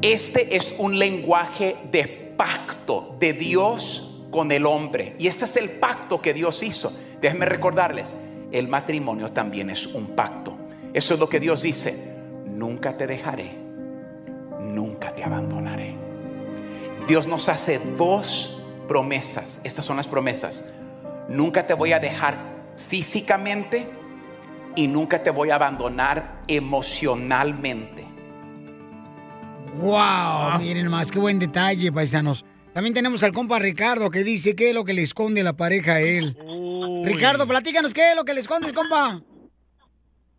Este es un lenguaje de pacto de Dios con el hombre. Y este es el pacto que Dios hizo. Déjenme recordarles, el matrimonio también es un pacto. Eso es lo que Dios dice. Nunca te dejaré, nunca te abandonaré. Dios nos hace dos promesas. Estas son las promesas. Nunca te voy a dejar físicamente y nunca te voy a abandonar emocionalmente. Ah. ¡Wow! Miren más, qué buen detalle, paisanos. También tenemos al compa Ricardo que dice qué es lo que le esconde la pareja a él. Ricardo, platícanos qué es lo que le escondes, compa.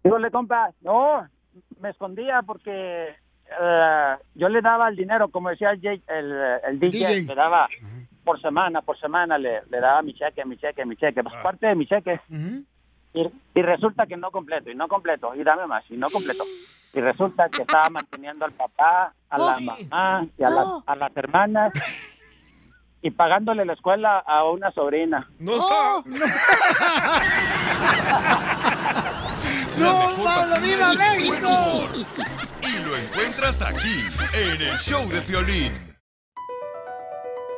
Dígole, compa, no, me escondía porque eh, yo le daba el dinero, como decía el, J- el, el DJ, DJ. le daba por semana, por semana le, le daba mi cheque, mi cheque, mi cheque, Ah. pues parte de mi cheque. Y, y resulta que no completo, y no completo, y dame más, y no completo. Y resulta que estaba manteniendo al papá, a la Oh. Ay. mamá y a, la- No. a las hermanas y pagándole la escuela a una sobrina. No ¡No, Pablo, viva México! Y lo encuentras aquí, en el show de Piolín.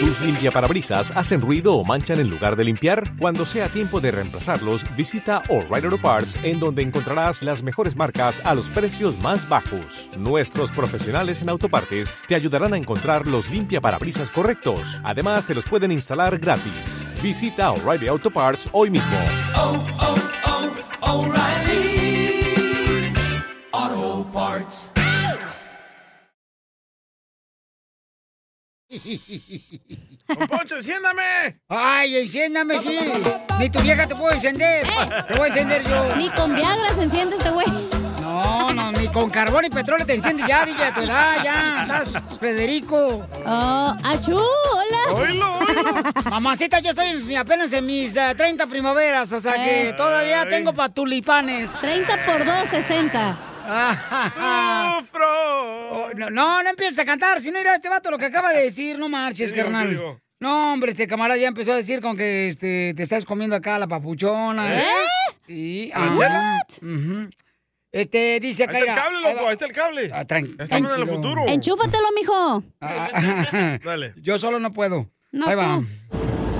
¿Tus limpiaparabrisas hacen ruido o manchan en lugar de limpiar? Cuando sea tiempo de reemplazarlos, visita O'Reilly Auto Parts en donde encontrarás las mejores marcas a los precios más bajos. Nuestros profesionales en autopartes te ayudarán a encontrar los limpiaparabrisas correctos. Además, te los pueden instalar gratis. Visita O'Reilly Auto Parts hoy mismo. Oh, Auto Parts. ¡Don Poncho, enciéndame! Ay, enciéndame, sí. Ni tu vieja te puedo encender. Te voy a encender yo. Eh. Ni con Viagra se enciende este güey. No, no, ni con carbón y petróleo te enciende ya, DJ, a tu edad, ya. Estás Federico. Oh, achú, Hola. Mamacita, yo estoy en- apenas en mis eh, 30 primaveras, o sea que Eh. todavía Ay. tengo para tulipanes. 30 por 2, 60. Oh, No, no, no empieces a cantar, si no irá este vato lo que acaba de decir, no marches, ¿Qué dijo, carnal. qué dijo? No, hombre, este camarada ya empezó a decir con que este, te estás comiendo acá la papuchona. ¿Eh? Y, ¿La chela? ujú. Este, dice Ahí acá. está el mira, cable, ahí va. Ah, loco, ahí está el cable. Estamos en el tranquilo. Ah, futuro. Enchúfatelo, mijo. Dale. Yo solo no puedo. No, Ahí va. tú.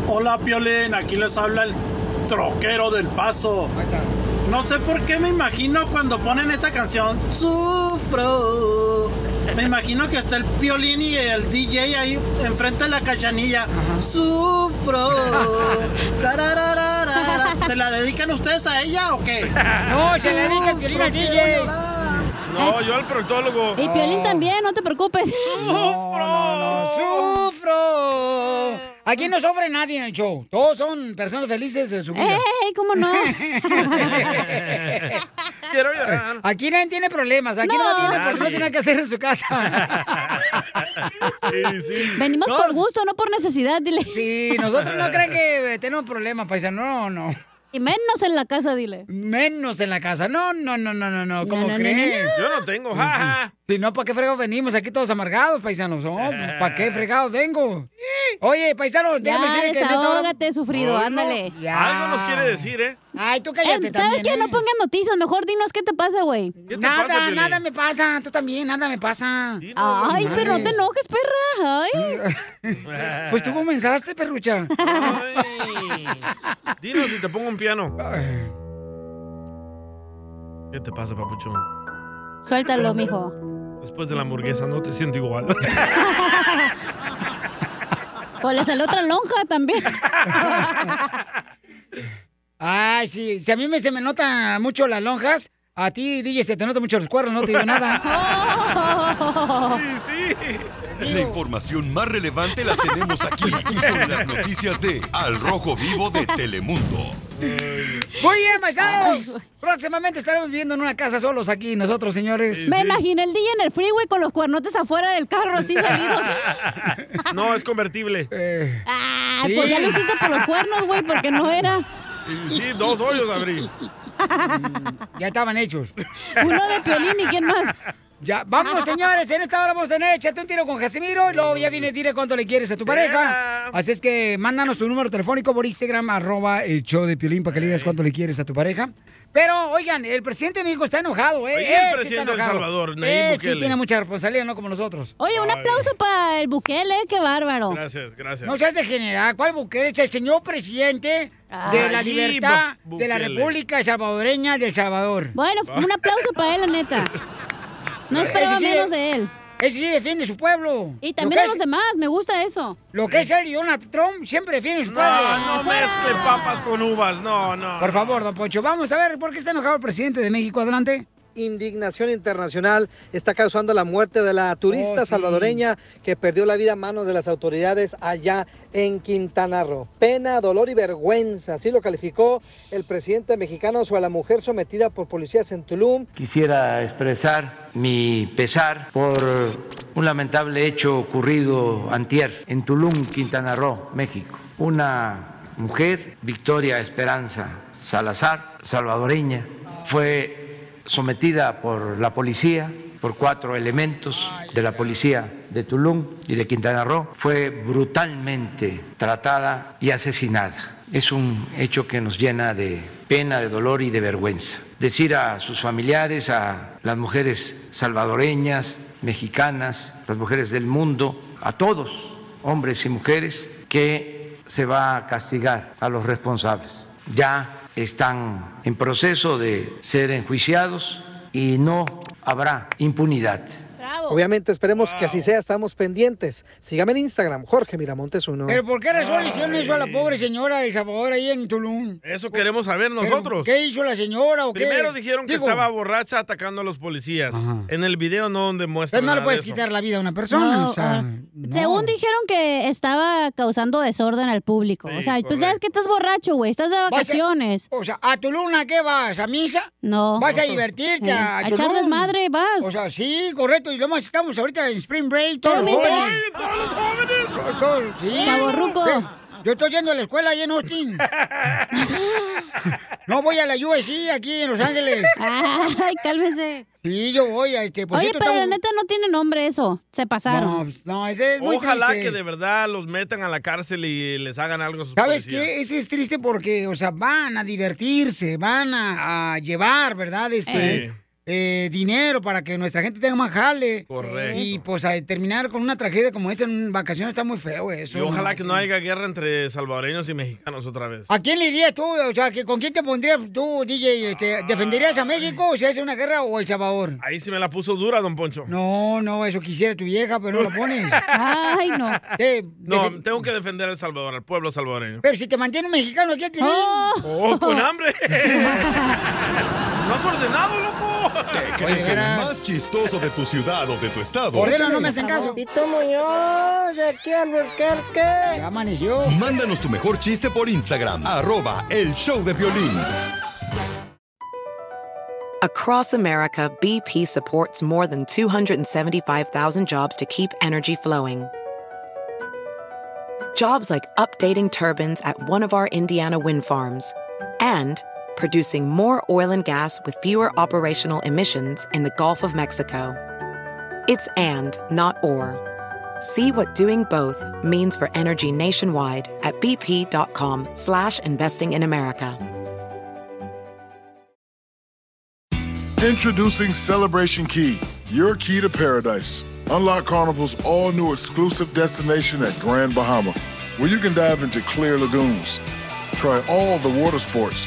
Hola Piolín, aquí les habla el troquero del paso. No sé por qué me imagino cuando ponen esa canción, sufro. Me imagino que está el Piolín y el DJ ahí enfrente de la cachanilla. [laughs] Sufro. Tararararara. ¿Se la dedican ustedes a ella o [laughs] qué? No, se la dedica el Piolín al Sufro, DJ. quiero llorar. No, yo al proctólogo. Y Piolín también, no [laughs] te preocupes. ¡Sufro! Aquí no sobra nadie en el show. Todos son personas felices de su vida. ¡Ey! [laughs] ¿Cómo no? Quiero llorar. Aquí nadie tiene problemas. Aquí No. no, viene porque no Nadie. tiene nada que hacer en su casa. Venimos por gusto, no por necesidad, dile. Sí, nosotros no creen que eh, tenemos problemas, paisano. No, no. Y menos en la casa, dile. Menos en la casa. No, no, no, no, no, no. No, ¿Cómo no, no, creen? no, no. Yo no tengo, jaja. Si no, ¿para qué fregados venimos aquí todos amargados, paisanos? No, pues, ¿para [laughs] qué fregados vengo? Oye, paisano, déjame decirle que en esta hora- desahógate, sufrido, Ay, no. ándale. Algo nos quiere decir, ¿eh? Ay, tú cállate Eh, ¿Sabes también, qué? ¿eh? No pongas noticias, mejor dinos qué te pasa, güey. te nada, pasa, Piolín? nada me pasa, tú también, nada me pasa. Ay, pero no te enojes, perra. [laughs] [laughs] Ay. Pues tú comenzaste, [laughs] perrucha. Dinos si te pongo un piano. ¿Qué te pasa, papuchón? Suéltalo, mijo. Después de la hamburguesa no te siento [laughs] igual. O le salió otra lonja también. Ay, sí, si a mí me, se me nota mucho las lonjas, a ti, DJ, se te nota mucho los cuernos, no te digo nada. [laughs] sí, La información más relevante la tenemos aquí, aquí con las noticias de Al Rojo Vivo de Telemundo. Muy bien, paisanos. Próximamente estaremos viviendo en [laughs] una casa solos aquí nosotros, señores. Me imaginé el día en el freeway con los cuernotes afuera del [laughs] carro así salidos. no, es convertible. Eh, Ay, pues ya lo hiciste por los cuernos, güey, porque no era. Y Sí, dos hoyos abrí. Mm, Ya estaban hechos. [laughs] Uno de Piolín y quién más. Ya, vamos, señores, en esta hora vamos a tener, échate un tiro con Casimiro y luego ya viene, dile cuánto le quieres a tu pareja. Así es que mándanos tu número telefónico por Instagram, arroba el show de Piolín, para que le digas cuánto le quieres a tu pareja. Pero, oigan, el presidente de México está enojado, ¿eh? Oye, el Él sí está presidente de El enojado. Salvador, Nayib Él sí Bukele. tiene mucha responsabilidad, no como nosotros. Oye, un aplauso para el Bukele, qué bárbaro. Gracias, gracias. No seas de general, ¿cuál Bukele? Es El señor presidente de la Nayib libertad de la Bukele. República Salvadoreña de El Salvador. [laughs] Bueno, un aplauso para él, la neta. No esperaba Ese sí- menos de él. Ese sí defiende su pueblo. Y Lo también que a los es- demás, me gusta eso. Lo que es él y Donald Trump siempre defiende su pueblo. No, no mezcle papas con uvas, no, no. Por favor, don Poncho, vamos a ver por qué está enojado el presidente de México. Adelante. indignación internacional está causando la muerte de Oh, la turista salvadoreña que perdió la vida a manos de las autoridades allá en Quintana Roo. Pena, dolor y vergüenza, así lo calificó el presidente mexicano sobre la mujer sometida por policías en Tulum. Quisiera expresar mi pesar por un lamentable hecho ocurrido antier en Tulum, Quintana Roo, México. Una mujer, Victoria Esperanza Salazar, salvadoreña, fue sometida por la policía, por cuatro elementos de la policía de Tulum y de Quintana Roo. Fue brutalmente tratada y asesinada. Es un hecho que nos llena de pena, de dolor y de vergüenza. Decir a sus familiares, a las mujeres salvadoreñas, mexicanas, las mujeres del mundo, a todos, hombres y mujeres, que se va a castigar a los responsables. Ya están en proceso de ser enjuiciados y no habrá impunidad. Obviamente esperemos que así sea, estamos pendientes. Sígame en Instagram, Jorge Miramontes uno. ¿Pero por qué resolución hizo a la pobre señora de El Salvador ahí en Tulum? Eso queremos saber Eh, nosotros. ¿Qué hizo la señora o qué? Primero dijeron que Digo, estaba borracha atacando a los policías. En el video no demuestra. Pero pues, no le nada de puedes eso. quitar la vida a una persona. No, o sea, ah, no. Según dijeron que estaba causando desorden al público. Sí, o sea, pues correcto. sabes que estás borracho, güey. Estás de vacaciones. O sea, ¿a Tulum a qué vas? ¿A misa? No. Vas a divertirte. Eh, a, a echar Tulum. desmadre, vas. O sea, sí, correcto. Y lo más estamos ahorita en Spring Break. Todos Pero los mientras- jóvenes. estoy. Sí. Chavorruco. Eh, Yo estoy yendo a la escuela ahí en [laughs] Austin. No voy a la USC aquí en Los Ángeles. [laughs] Ay, cálmese. Sí, yo voy a este. por Oye, cierto, pero la estamos- neta no tiene nombre eso. Se pasaron. No, ese Ojalá que de verdad los metan a la cárcel y les hagan algo a sus ¿Sabes policías. qué? Es que es triste porque, o sea, van a divertirse, van a, a llevar, ¿verdad? Este, Sí. eh, dinero para que nuestra gente tenga más jale. Correcto. Y pues a terminar con una tragedia como esa en vacaciones está muy feo eso. Y ojalá que no haya guerra entre salvadoreños y mexicanos otra vez. ¿A quién le irías tú? O sea, que ¿con quién te pondrías tú, DJ? Este, ¿Defenderías a México o si hace una guerra o El Salvador? Ahí sí me la puso dura, don Poncho. No, no, eso quisiera tu vieja, pero no lo pones. [laughs] Ay, no. No, tengo que defender a El Salvador, al pueblo salvadoreño. Pero si te mantiene un mexicano aquí al Piolín. ¡Oh, con hambre! [laughs] ¡No has ordenado, loco! ¿Te crees el más chistoso de tu ciudad o de tu estado? caso. Pito Muñoz, de aquí al Burquerque. Ya amaneció. Mándanos tu mejor chiste por Instagram, arroba el show de violín. Across America, BP supports more than 275,000 jobs to keep energy flowing. Jobs like updating turbines at one of our Indiana wind farms and producing more oil and gas with fewer operational emissions in the Gulf of Mexico. It's and, not or. See what doing both means for energy nationwide at bp.com slash investing in America. Introducing Celebration Key, your key to paradise. Unlock Carnival's all new exclusive destination at Grand Bahama, where you can dive into clear lagoons, try all the water sports,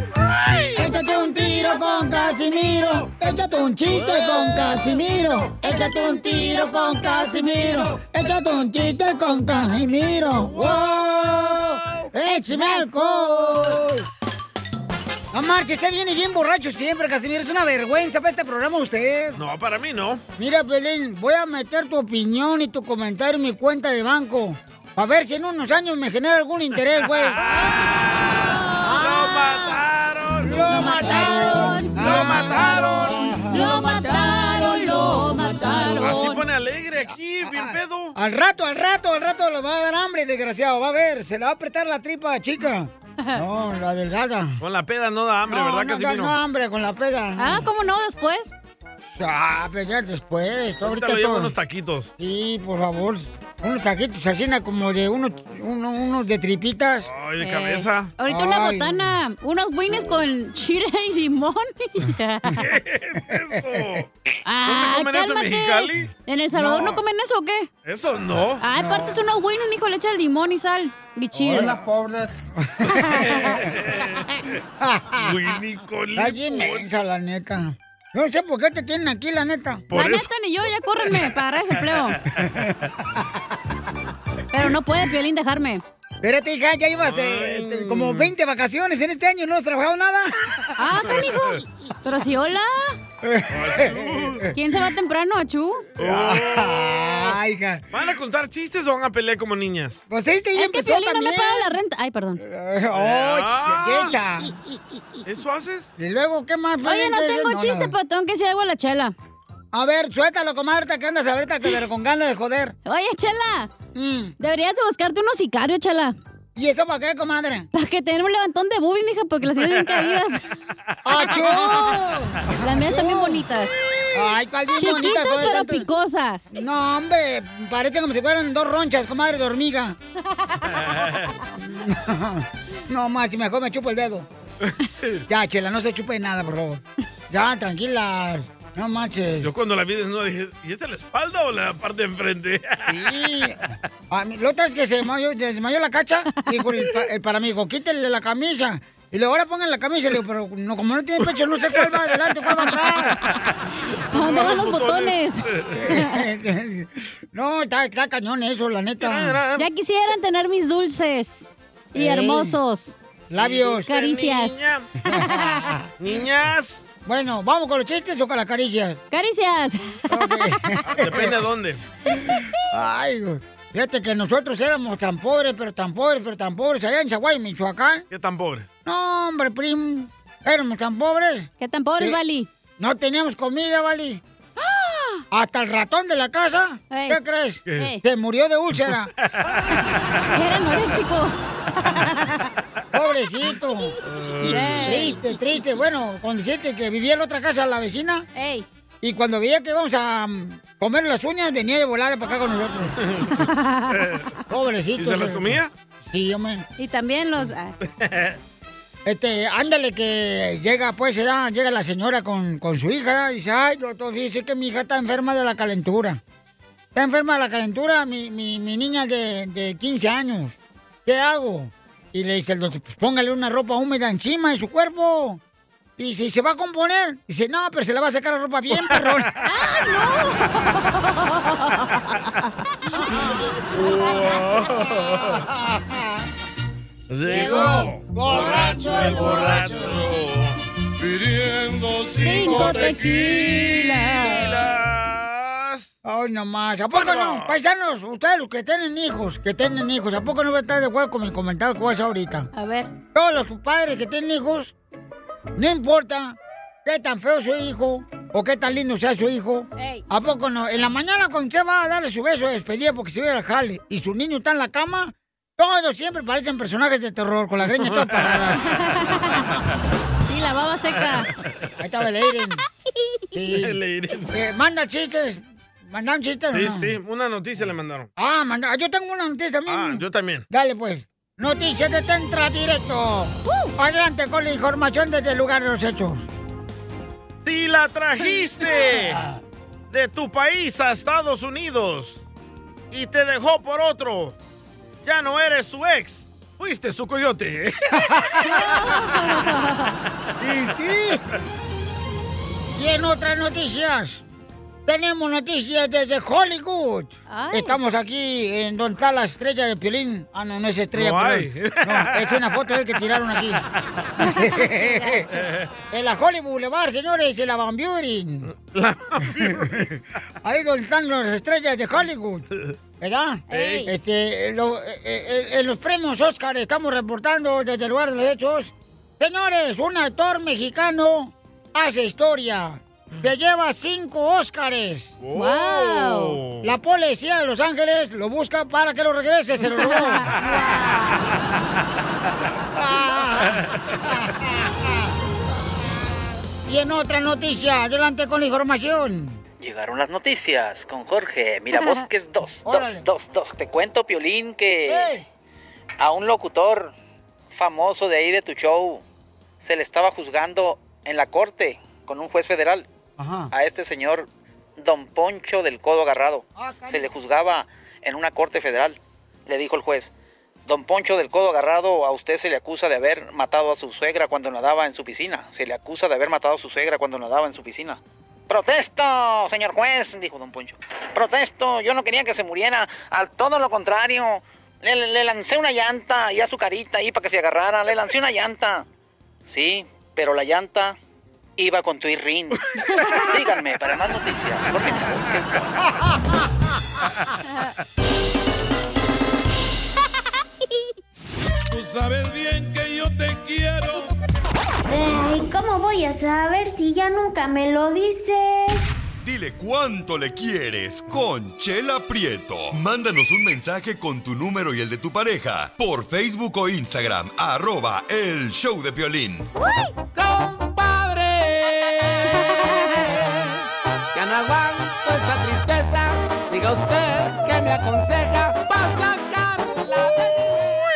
Échate un tiro con Casimiro. Échate un chiste con Casimiro. Échate un tiro con Casimiro. Échate un chiste con Casimiro. ¡Wow! ¡Échame alcohol! No marches, usted viene bien borracho siempre, Casimiro. Es una vergüenza para este programa usted. No, para mí no. Mira, Pelín, voy a meter tu opinión y tu comentario en mi cuenta de banco. A ver si en unos años me genera algún interés, güey. [laughs] ah. ¡Lo mataron! ¡Lo mataron! ¡Lo mataron! ¡Lo mataron! Así pone alegre aquí, bien pedo. Al rato, al rato, al rato le va a dar hambre, desgraciado. Va a ver, se le va a apretar la tripa, [laughs] chica. No, la delgada. Con la peda no da hambre, no, ¿verdad, no, Casimiro? no, hambre con la peda. Ah, ¿cómo no? Después. Ah, pero ya después. Ahorita tú Ahorita lo llevo todo. unos taquitos. Sí, por favor. Unos taquitos así, na, como de unos, uno- unos de tripitas. Ay, de cabeza. Ahorita una Ay. botana, unos wines con chile y limón. [laughs] Ah, ¿Dónde comen eso en cálmate. Mexicali? ¿En El Salvador no, No. comen eso o qué? Ah, Eso no. Ah, Ay, aparte son unos wines, mijo, le echas limón y sal y chile. Hola, pobres. Winnie Colin. Está bien mensa, la neta. Yo no sé por qué te tienen aquí, la neta. La neta ni yo, ya córrenme para agarrar ese empleo. Pero no puede Piolín dejarme. Espérate, hija, ya ibas eh, te- como 20 vacaciones en este año, no has trabajado nada. Ah, canijo. Pero si hola. ¿Quién se va temprano, Achú? Ay, hija. Oh. ¿Van a contar chistes o van a pelear como niñas? Pues este ya es que empezó Piolín no me también. paga la renta. Ay, perdón. Ah. ¿Eso haces? Y luego, ¿qué más? Oye, no tengo chiste, pero tengo que decir algo a la chela. A ver, suéltalo, comadre, que andas ahorita que pero con ganas de joder. Oye, chela. Deberías de buscarte unos sicarios, chela. Mm. ¿Y eso para qué, comadre? Para que tener un levantón de booby, mija, porque [laughs] las tienes bien caídas. ¡Achú! Las mías están bien bonitas. Ay, cuál bien Chiquitas, bonita, comadre, pero tanto- picosas. No, hombre, parece como si fueran dos ronchas, comadre, de hormiga. No, más, mejor me chupo el dedo. Ya, chela, no se chupe nada, por favor. Ya, tranquila. No manches. Yo cuando la vi desnuda dije, ¿y esta es la espalda o la parte de enfrente? Sí. A mí, la otra vez que se desmayó, desmayó la cacha, dijo el, pa- el paramigo, quítenle la camisa. Y luego ahora pongan la camisa. Le digo, pero no, como no tiene pecho, no sé cuál va adelante, cuál va atrás. ¿Para Ah, dónde van los botones? [laughs] no, está, está cañón eso, la neta. Ya quisieran tener mis dulces y Ey. hermosos. Labios. Caricias. [laughs] Niñas. Bueno, ¿vamos con los chistes o con las caricias? Caricias. [laughs] Depende de dónde. Ay, güey. Fíjate que nosotros éramos tan pobres, pero tan pobres, pero tan pobres, allá en Chaguay, Michoacán. ¿Qué tan pobre? No, hombre, primo. Éramos tan pobres. ¿Qué tan pobres, Vali? ¡Ah! No teníamos comida, Vali. Hasta el ratón de la casa. ¿Qué crees? ¿Qué? Se murió de úlcera. [laughs] Era anoréxico. Pobrecito. Y triste, triste. Bueno, con decirte que vivía en la otra casa la vecina. Y cuando veía que íbamos a mm, comer las uñas, venía de volada para acá con [laughs] nosotros. Pobrecito. pues. ¿Y se las comía? Sí, hombre. Y también los... ah, Este, ándale que llega, pues, se da, llega la señora con, con su hija y dice, ay, doctor, fíjese que mi hija está enferma de la calentura. Está enferma de la calentura, mi, mi, mi niña de, de 15 años. ¿Qué hago? Y le dice el doctor, pues póngale una ropa húmeda encima de su cuerpo. Y dice, "¿Y se va a componer. Dice, no, pero se le va a sacar la ropa bien, perrón. [laughs] [laughs] Llegó borracho el borracho pidiendo [laughs] cinco tequilas. Ay, nomás. ¿A poco no? Paisanos, ustedes los que tienen hijos, que tienen hijos, ¿a poco no van a estar de acuerdo con mi comentario que voy a hacer ahorita? A ver. Todos los padres que tienen hijos, no importa qué tan feo su hijo o qué tan lindo sea su hijo, Ey. ¿a poco no? En la mañana cuando usted va a darle su beso de despedida porque se va al jale y su niño está en la cama, todos siempre parecen personajes de terror, con las greñas todas paradas. [laughs] Sí, la baba seca. Ahí estaba el [laughs] Eiren. Sí. [laughs] Eh, manda chistes. ¿Mandan chistes o Sí, no? sí, una noticia le mandaron. Ah, manda. Yo tengo una noticia también. Ah, yo también. Dale, pues. Noticias de Tentra Directo. Adelante con la información desde el lugar de los hechos. Si la trajiste de tu país a Estados Unidos y te dejó por otro, ya no eres su ex, fuiste su coyote. [laughs] Y sí. Y en otras noticias, tenemos noticias desde Hollywood. Estamos aquí en donde está la estrella de Piolín. Ah, no, no es estrella. No hay. Piolín. No, es una foto de él que [laughs] tiraron aquí. [laughs] en la Hollywood Boulevard, señores, en la Van Buren. Ahí donde están las estrellas de Hollywood. ¿Verdad? Ey. Este, lo- eh, eh, en los premios Oscar estamos reportando desde el lugar de los hechos. Señores, un actor mexicano hace historia. Se lleva cinco Óscares. Wow. La policía de Los Ángeles lo busca para que lo regrese, se lo robó. y en otra noticia, adelante con la información. Llegaron las noticias con Jorge. Mira, [laughs] Bosques 2, 2, 2, 2. Te cuento, Piolín, que a un locutor famoso de ahí de tu show se le estaba juzgando en la corte con un juez federal Ah. a este señor Don Poncho del Codo Agarrado. Se le juzgaba en una corte federal. Le dijo el juez, Don Poncho del Codo Agarrado, a usted se le acusa de haber matado a su suegra cuando nadaba en su piscina. Se le acusa de haber matado a su suegra cuando nadaba en su piscina. Protesto, señor juez, dijo don Poncho. Protesto, yo no quería que se muriera. Al todo lo contrario, le, le lancé una llanta y a su carita ahí para que se agarrara. Le lancé una llanta. Sí, pero la llanta iba con tu irrín. Síganme para más noticias. Jorge Vázquez Tú sabes bien que yo te quiero. Ay, ¿cómo voy a saber si ya nunca me lo dices? Dile cuánto le quieres con Chela Prieto. Mándanos un mensaje con tu número y el de tu pareja por Facebook o Instagram, arroba el show de violín. Compadre. Ya no aguanto esta tristeza. Diga usted que me aconseja para sacarla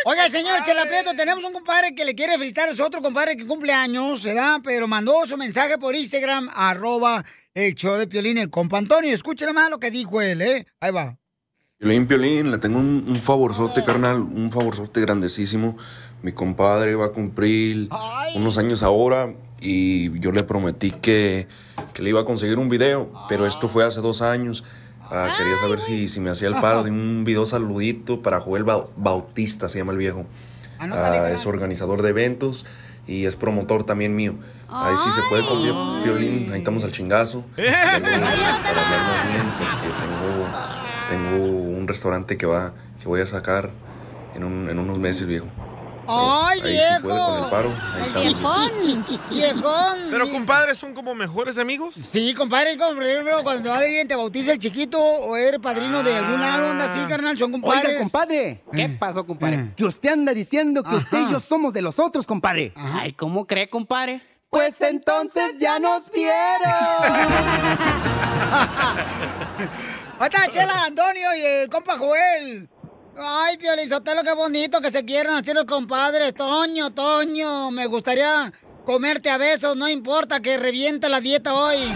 Oiga, señor Chela Prieto, tenemos un compadre que le quiere felicitar, es otro compadre que cumple años, ¿verdad? Pero mandó su mensaje por Instagram, arroba el show de Piolín, el compa Antonio. Escuchen más lo que dijo él, ¿eh? Ahí va. Piolín, Piolín, le tengo un, un favorzote, carnal, un favorzote grandecísimo. Mi compadre va a cumplir unos años ahora y yo le prometí que, que le iba a conseguir un video, pero esto fue hace dos años. Ah, quería saber si, si me hacía el paro de un video saludito para Joel Bau- Bautista, se llama el viejo. Ah, es organizador de eventos y es promotor también mío. Ahí sí se puede con violín, ahí estamos al chingazo. Y luego, para hablarnos bien, porque tengo, tengo un restaurante que va, que voy a sacar en, un- en unos meses, viejo. Eh, ¡Ay, Ahí sí puede con el paro, ahí estamos. ¡Viejón! Pero compadres son como mejores amigos. Sí, compadre, como, por ejemplo, cuando alguien te bautiza el chiquito o eres padrino de Ah. alguna onda así, carnal, son compadres. Oiga, compadre. ¿Qué pasó, compadre? Que usted anda diciendo que usted y yo somos de los otros, compadre. Ay, ¿cómo cree, compadre? Pues entonces ya nos [laughs] vieron. Ahí está Chela, Antonio y el compa Joel. Ay, Piolizotelo, qué bonito que se quieran así los compadres. Toño, Toño, me gustaría comerte a besos, no importa que reviente la dieta hoy. [laughs]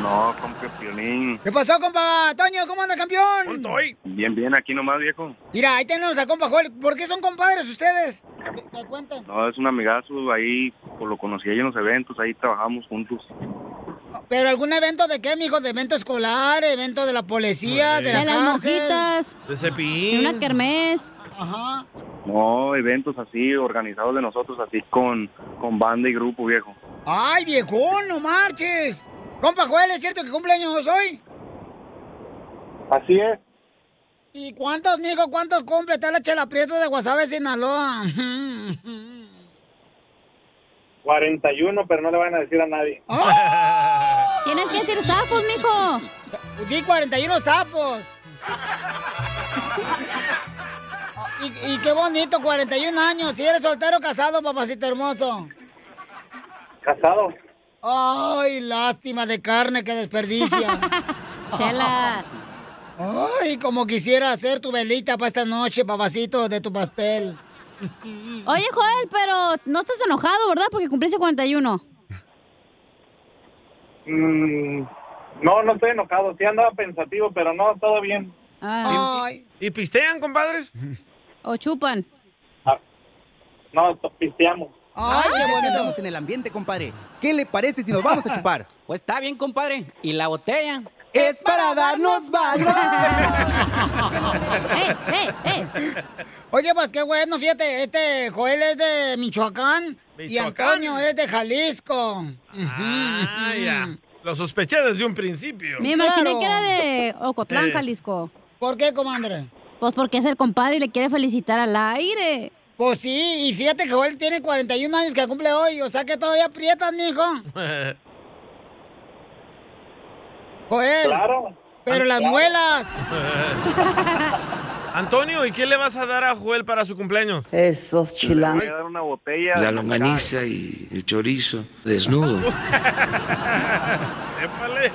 No, compa Piolín. ¿Qué pasó, compa? Toño, ¿cómo anda, campeón? Bien, bien, aquí nomás, viejo. Mira, ahí tenemos al compa Joel. ¿Por qué son compadres ustedes? ¿Te, te cuentan? No, es un amigazo, ahí pues, lo conocí ahí en los eventos, ahí trabajamos juntos. ¿Pero algún evento de qué, mijo? ¿De evento escolar? ¿Evento de la policía? ¿De, la De las cárcel? mojitas. ¿De De una kermés. Ajá. No, eventos así, organizados de nosotros, así con, con banda y grupo, viejo. ¡Ay, viejón, no marches! Compa Joel, ¿es cierto que cumpleaños hoy? Así es. ¿Y cuántos, mijo? ¿Cuántos cumple? Está la chela Prieto de Guasave, Sinaloa. 41, pero no le van a decir a nadie. [laughs] Tienes que decir sapos, mijo. Di 41 sapos. Y, y qué bonito, 41 años. Si eres soltero o casado, papacito hermoso. Casado. Ay, lástima de carne que desperdicia. [laughs] Chela. Ay, como quisiera hacer tu velita para esta noche, papacito, de tu pastel. Oye, Joel, pero no estás enojado, ¿verdad? Porque cumpliste 41. Mm, no, no estoy enojado. Sí andaba pensativo, pero no, todo bien. Ay. ¿Y pistean, compadres? Ah. O chupan. No, to- pisteamos. Ay, ya Estamos en el ambiente, compadre. ¿Qué le parece si nos vamos [laughs] a chupar? Pues está bien, compadre. ¿Y la botella? Es para darnos baños. [laughs] [laughs] Eh, Oye, pues qué bueno, fíjate, este Joel es de Michoacán, y Michoacán. Antonio es de Jalisco. Ah, ya. Lo sospeché desde un principio. Me imaginé Claro. que era de Ocotlán, Eh. Jalisco. ¿Por qué, comandante? Pues porque es el compadre y le quiere felicitar al aire. Pues sí, y fíjate que Joel tiene 41 años que cumple hoy, o sea que todavía aprietas, mijo. [laughs] Joel. Claro. Pero las Claro. muelas. [laughs] Antonio, ¿y qué le vas a dar a Joel para su cumpleaños? Esos Le voy a dar una botella. La longaniza y el chorizo desnudo.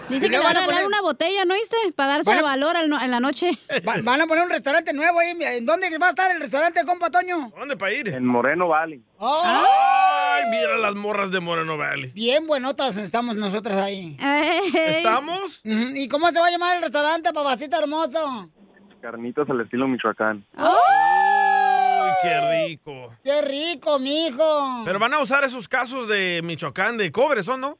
Dice Y que luego le van a van a regalar poner- una botella, ¿no viste? Para darse Van a- el valor al no- en la noche. Va- van a poner un restaurante nuevo ahí. ¿En dónde va a estar el restaurante, compa Toño? ¿Dónde para ir? En Moreno Valley. ¡Ay! Mira las morras de Moreno Valley. Bien buenotas estamos nosotras ahí. [laughs] ¿Estamos? Ujú, ¿Y cómo se va a llamar el restaurante, papacito hermoso? Carnitas al estilo Michoacán. Uy, qué rico. ¡Qué rico, mijo! Pero van a usar esos casos de Michoacán, de cobre, ¿son, no?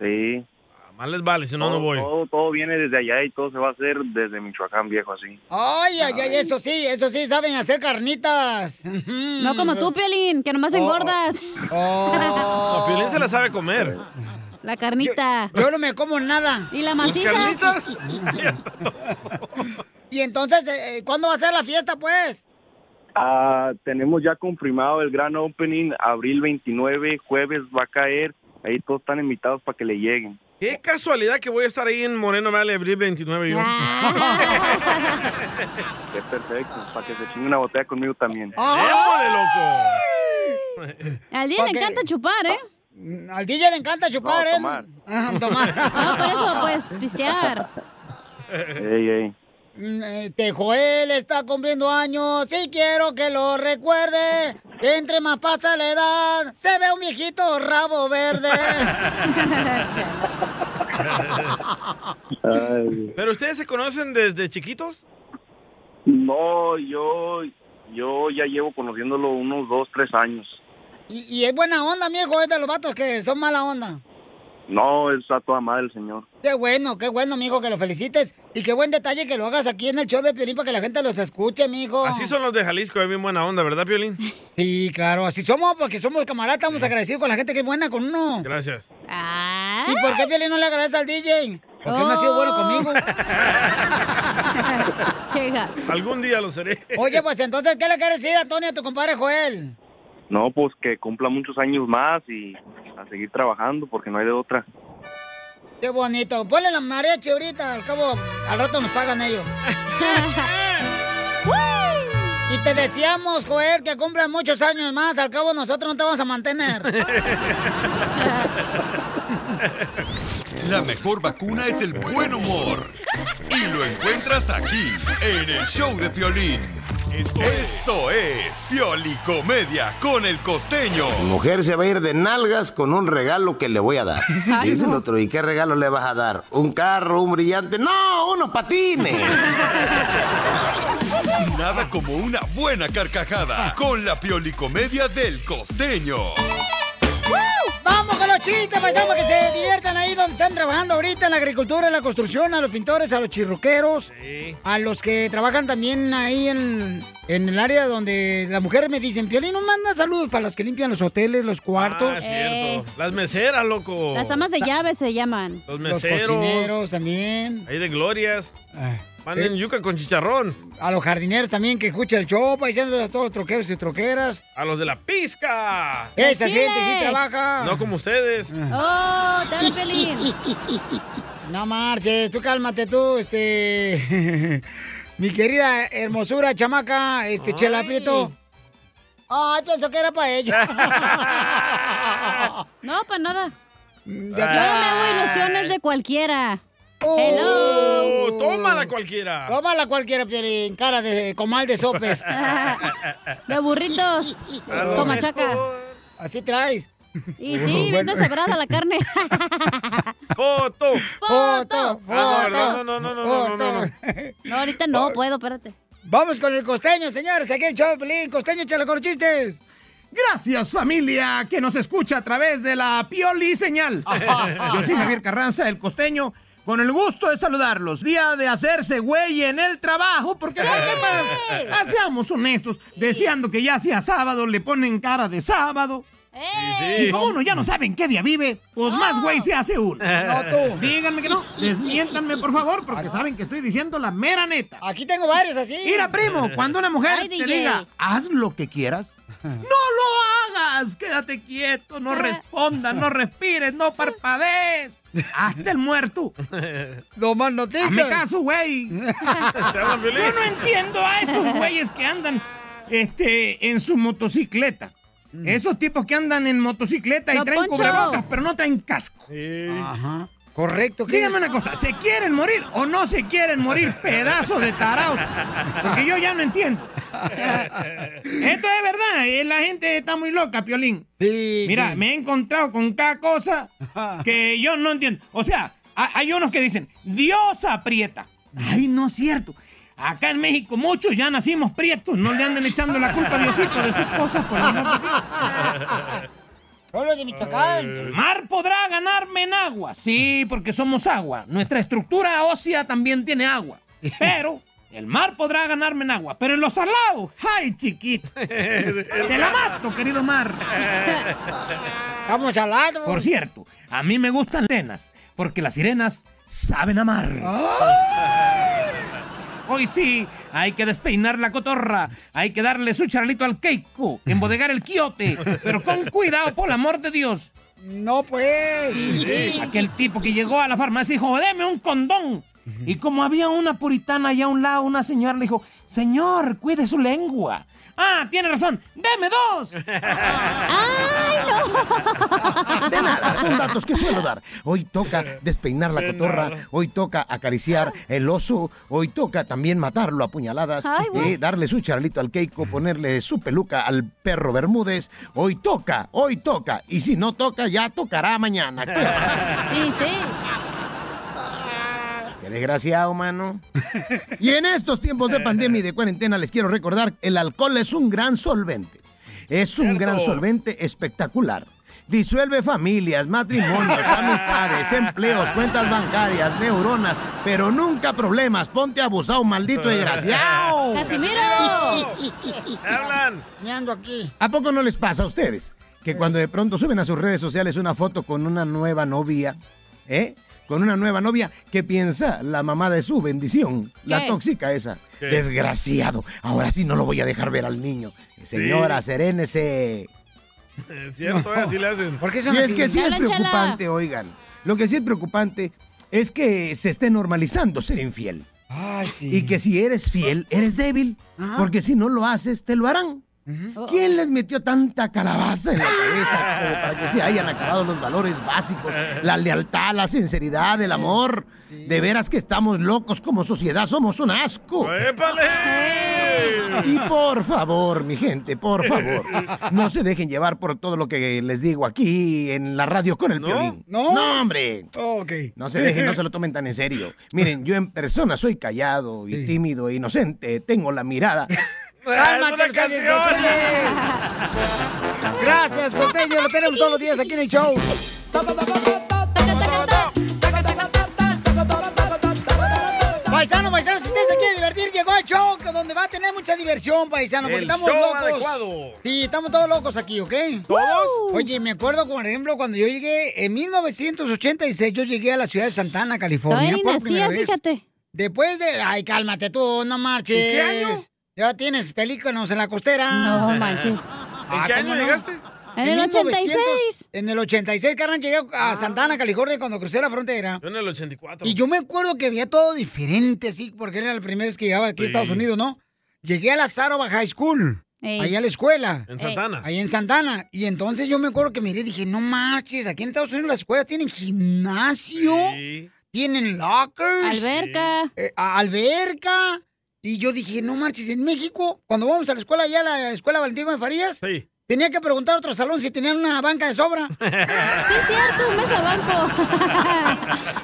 Sí. Ah, Más les vale, si no, no Todo- voy. Todo, todo viene desde allá y todo se va a hacer desde Michoacán, viejo, así. Ay, ay, ay, eso sí, eso sí, saben hacer carnitas. Oh. No como tú, Piolín, que nomás engordas. No, Piolín se la sabe comer. La carnita. Yo, no me como nada. ¿Y la maciza? carnitas? y entonces, eh, eh, ¿cuándo va a ser la fiesta, pues? Ah, tenemos ya confirmado el gran opening, abril 29, jueves va a caer. Ahí todos están invitados para que le lleguen. Qué casualidad que voy a estar ahí en Moreno Valley abril 29 yo. Qué perfecto, para que se chingue una botella conmigo también. ¡Démosle, loco! [laughs] Al DJ le encanta chupar, ¿eh? Al DJ le encanta chupar, No, ¿eh? tomar. Ah, [laughs] tomar. No, por eso, pues, pistear. Ey, ey. Mm, Este Joel está cumpliendo años y quiero que lo recuerde. Que entre más pasa la edad, se ve un viejito rabo [laughs] verde. ¿Pero ustedes se conocen desde chiquitos? No, yo, yo ya llevo conociéndolo unos dos, tres años. y, y es buena onda, mijo, es de los vatos que son mala onda. No, está toda madre el señor. Qué bueno, qué bueno, mijo, que lo felicites. Y qué buen detalle que lo hagas aquí en el show de Piolín para que la gente los escuche, mijo. Así son los de Jalisco, es bien buena onda, ¿verdad, Piolín? Sí, claro, así somos, porque somos camaradas, estamos agradecidos con la gente que es buena con uno. Gracias. ¿Y por qué Piolín no le agradece al DJ? Porque no ha sido bueno conmigo. qué Algún día lo seré. Oye, pues entonces, ¿qué le quieres decir, Antonio, a tu compadre Joel? No, pues que cumpla muchos años más y a seguir trabajando porque no hay de otra. Qué bonito. Ponle la mariachi ahorita, al cabo, al rato nos pagan ellos. ¡Woo! y te deseamos, Joel, que cumplan muchos años más, al cabo nosotros no te vamos a mantener. La mejor vacuna es el buen humor. Y lo encuentras aquí, en el show de Piolín. Esto es Piolicomedia con el costeño. Mi mujer se va a ir de nalgas con un regalo que le voy [laughs] a dar. Ay, Dice el no. otro, ¿y qué regalo le vas a dar? ¿Un carro, un brillante? No, unos patines. Nada como una buena carcajada con la Piolicomedia del costeño. Vamos con los chistes, paisanos, para que se diviertan ahí donde están trabajando ahorita, en la agricultura, en la construcción, a los pintores, a los chirroqueros, a los que trabajan también ahí en, en el área donde las mujeres me dicen, Piolín, no manda saludos para las que limpian los hoteles, los Ah, cuartos. es cierto. Las meseras, loco. Eh. Las amas de llaves se llaman. Los Los meseros. cocineros también. Ahí de glorias. Manden eh. yuca con chicharrón. A los jardineros también que escuchan el show, paisanos, a todos los troqueros y troqueras. A los de la pizca. Esa gente sí trabaja. No como ustedes. ¡Oh, [laughs] dale, Pelín! No marches, tú cálmate tú, este... [laughs] Mi querida hermosura, chamaca, este, Chela Prieto. Ay, pensó que era para [laughs] ella. No, para nada. Ah. Yo no me hago ilusiones de cualquiera. Oh, Hello. Oh, tómala cualquiera. Oh. Tómala cualquiera, Piolín, cara de comal Oh, de [laughs] sopes. De burritos, A lo con machaca. mejor. Así traes. Y sí, vende sabrada la [laughs] carne. ¡Foto! ¡Foto! Ah, no, ¿verdad? ¡Foto! No, no, no, no, no, no, no. No, ahorita no puedo, espérate. Vamos con el costeño, señores. Aquí el Choplin. Costeño, échale con los chistes. Gracias familia que nos escucha a través de la Pioli Señal. Yo soy Javier Carranza, el costeño, con el gusto de saludarlos. Día de hacerse güey en el trabajo, porque no hay más. Ah, seamos honestos, deseando que ya sea sábado, le ponen cara de sábado. Eh. Y como uno ya no sabe en qué día vive, pues más güey se hace uno. No, tú. Díganme que no, desmiéntanme por favor, porque saben que estoy diciendo la mera neta. Aquí tengo varios así. Mira, [laughs] primo, cuando una mujer Ay, te DJ. diga, haz lo que quieras, no lo hagas, quédate quieto, Ah. no respondas, no respires, no parpadees. Hazte el muerto. No más noticias. Hazme caso, güey. Yo no entiendo a esos güeyes que andan este, en su motocicleta. Mm. Esos tipos que andan en motocicleta y Don traen Poncho. cubrebocas, pero no traen casco. Ajá. Correcto. ¿qué Dígame es? una cosa, ¿se quieren morir o no se quieren [laughs] morir, pedazos de taraos? Porque [laughs] [laughs] yo ya no entiendo. Esto es verdad, eh, la gente está muy loca, Piolín. Mira, sí. me he encontrado con cada cosa que yo no entiendo. O sea, ha- hay unos que dicen, Dios aprieta. Ay, no es cierto. Acá en México muchos ya nacimos prietos, no le andan echando la culpa a Diosito de sus cosas por el amor de Dios. Solo de Michoacán. Mar podrá ganarme en agua. Sí, porque somos agua. Nuestra estructura ósea también tiene agua. Pero el mar podrá ganarme en agua. Pero en los salados, ¡ay, chiquito! Te la mato, querido mar. ¡Eh! Estamos salados. Por cierto, a mí me gustan lenas, porque las sirenas saben amar. ¡Ah! Hoy sí, hay que despeinar la cotorra, hay que darle su charlito al keiko, embodegar el quiote, pero con cuidado, por el amor de Dios. No, pues. sí. Aquel tipo que llegó a la farmacia y dijo, deme un condón. Y como había una puritana allá a un lado, una señora le dijo, señor, cuide su lengua. Ah, tiene razón, deme [laughs] dos. De nada, son datos que suelo dar. Hoy toca despeinar la cotorra, hoy toca acariciar el oso, hoy toca también matarlo a puñaladas, Ay, güey. eh, darle su charlito al Keiko, ponerle su peluca al perro Bermúdez. Hoy toca, hoy toca. Y si no toca, ya tocará mañana. [laughs] Y sí. Qué desgraciado, mano. [laughs] Y en estos tiempos de pandemia y de cuarentena les quiero recordar, el alcohol es un gran solvente. Es un gran solvente espectacular. Disuelve familias, matrimonios, amistades, empleos, cuentas bancarias, neuronas, pero nunca problemas. Ponte abusado, [laughs] maldito [laughs] desgraciado. ¿Qué hablan? Me ando aquí. ¿A poco no les pasa a ustedes que cuando de pronto suben a sus redes sociales una foto con una nueva novia, ¿eh? Con una nueva novia que piensa la mamá de su bendición, la ¿Qué? tóxica esa. ¿Qué? Desgraciado. Ahora sí no lo voy a dejar ver al niño. Señora, serénese. [laughs] Es cierto, eh, así le hacen. y es que sí es preocupante, oigan. Lo que sí es preocupante es que se esté normalizando ser infiel. Y que si eres fiel, eres débil. Porque si no lo haces, te lo harán. ¿Quién les metió tanta calabaza en la cabeza como para que se hayan acabado los valores básicos? La lealtad, la sinceridad, el amor. De veras que estamos locos como sociedad, somos un asco. Eh. Y por favor, mi gente, por favor, no se dejen llevar por todo lo que les digo aquí en la radio con el piolín. No, hombre. No se dejen, no se lo tomen tan en serio. Miren, yo en persona soy callado y tímido e inocente. Tengo la mirada. Ah, ¡Cálmate, Gracias, Costeño. Lo tenemos todos los días aquí en el show. Paisano, paisano, si usted se quiere divertir, llegó el show donde va a tener mucha diversión, paisano, porque El estamos show locos. adecuado. Sí, estamos todos locos aquí, ¿ok? ¿Todos? Oye, me acuerdo, por ejemplo, cuando yo llegué, en 1986, yo llegué a la ciudad de Santana, California. Todavía ni por nacía, primera vez. fíjate. Después de. Ay, cálmate tú, no marches. ¿En qué año? Ya tienes pelícanos en la costera. [laughs] No manches. Ah, qué ¿cómo no? año llegaste? En el 86. En el 86, carnal, llegué a Ah. Santana, California, cuando crucé la frontera. Yo en el 84. Y yo me acuerdo que había todo diferente, sí, porque era la primera vez que llegaba aquí a Sí. Estados Unidos, ¿no? Llegué a la Sarova High School, Ey. ahí a la escuela. En Santana. Ahí en Santana. Y entonces yo me acuerdo que miré y dije, no marches, aquí en Estados Unidos las escuelas tienen gimnasio, tienen lockers. Alberca. eh, a- alberca. Y yo dije, no marches, en México, cuando vamos a la escuela, allá a la escuela Valentín de Farías, tenía que preguntar a otro salón si tenían una banca de sobra. [laughs] Sí, es cierto, un mesa [laughs] banco.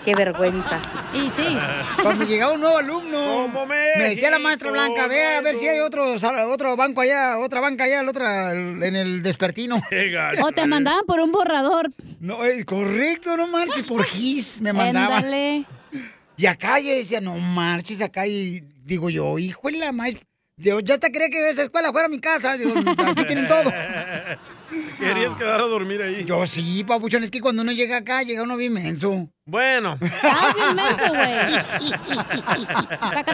Qué vergüenza. Y sí. Cuando llegaba un nuevo alumno, me decía la maestra Blanca, ve a ver si hay otro, sal- otro banco allá, otra banca allá, la otra en el despertino. O te mandaban por un borrador. No, eh, correcto, no marches, [laughs] por GIS me mandaban. Ándale. Y acá yo decía, no marches acá, y digo yo, hijo de la maestra. Yo ya te creía que esa escuela fuera mi casa, digo, aquí tienen todo. [laughs] Querías quedar a dormir ahí. Yo sí, papuchón, es que cuando uno llega acá, llega uno bien menso. Bueno. Estás bien Ah, menso, [laughs]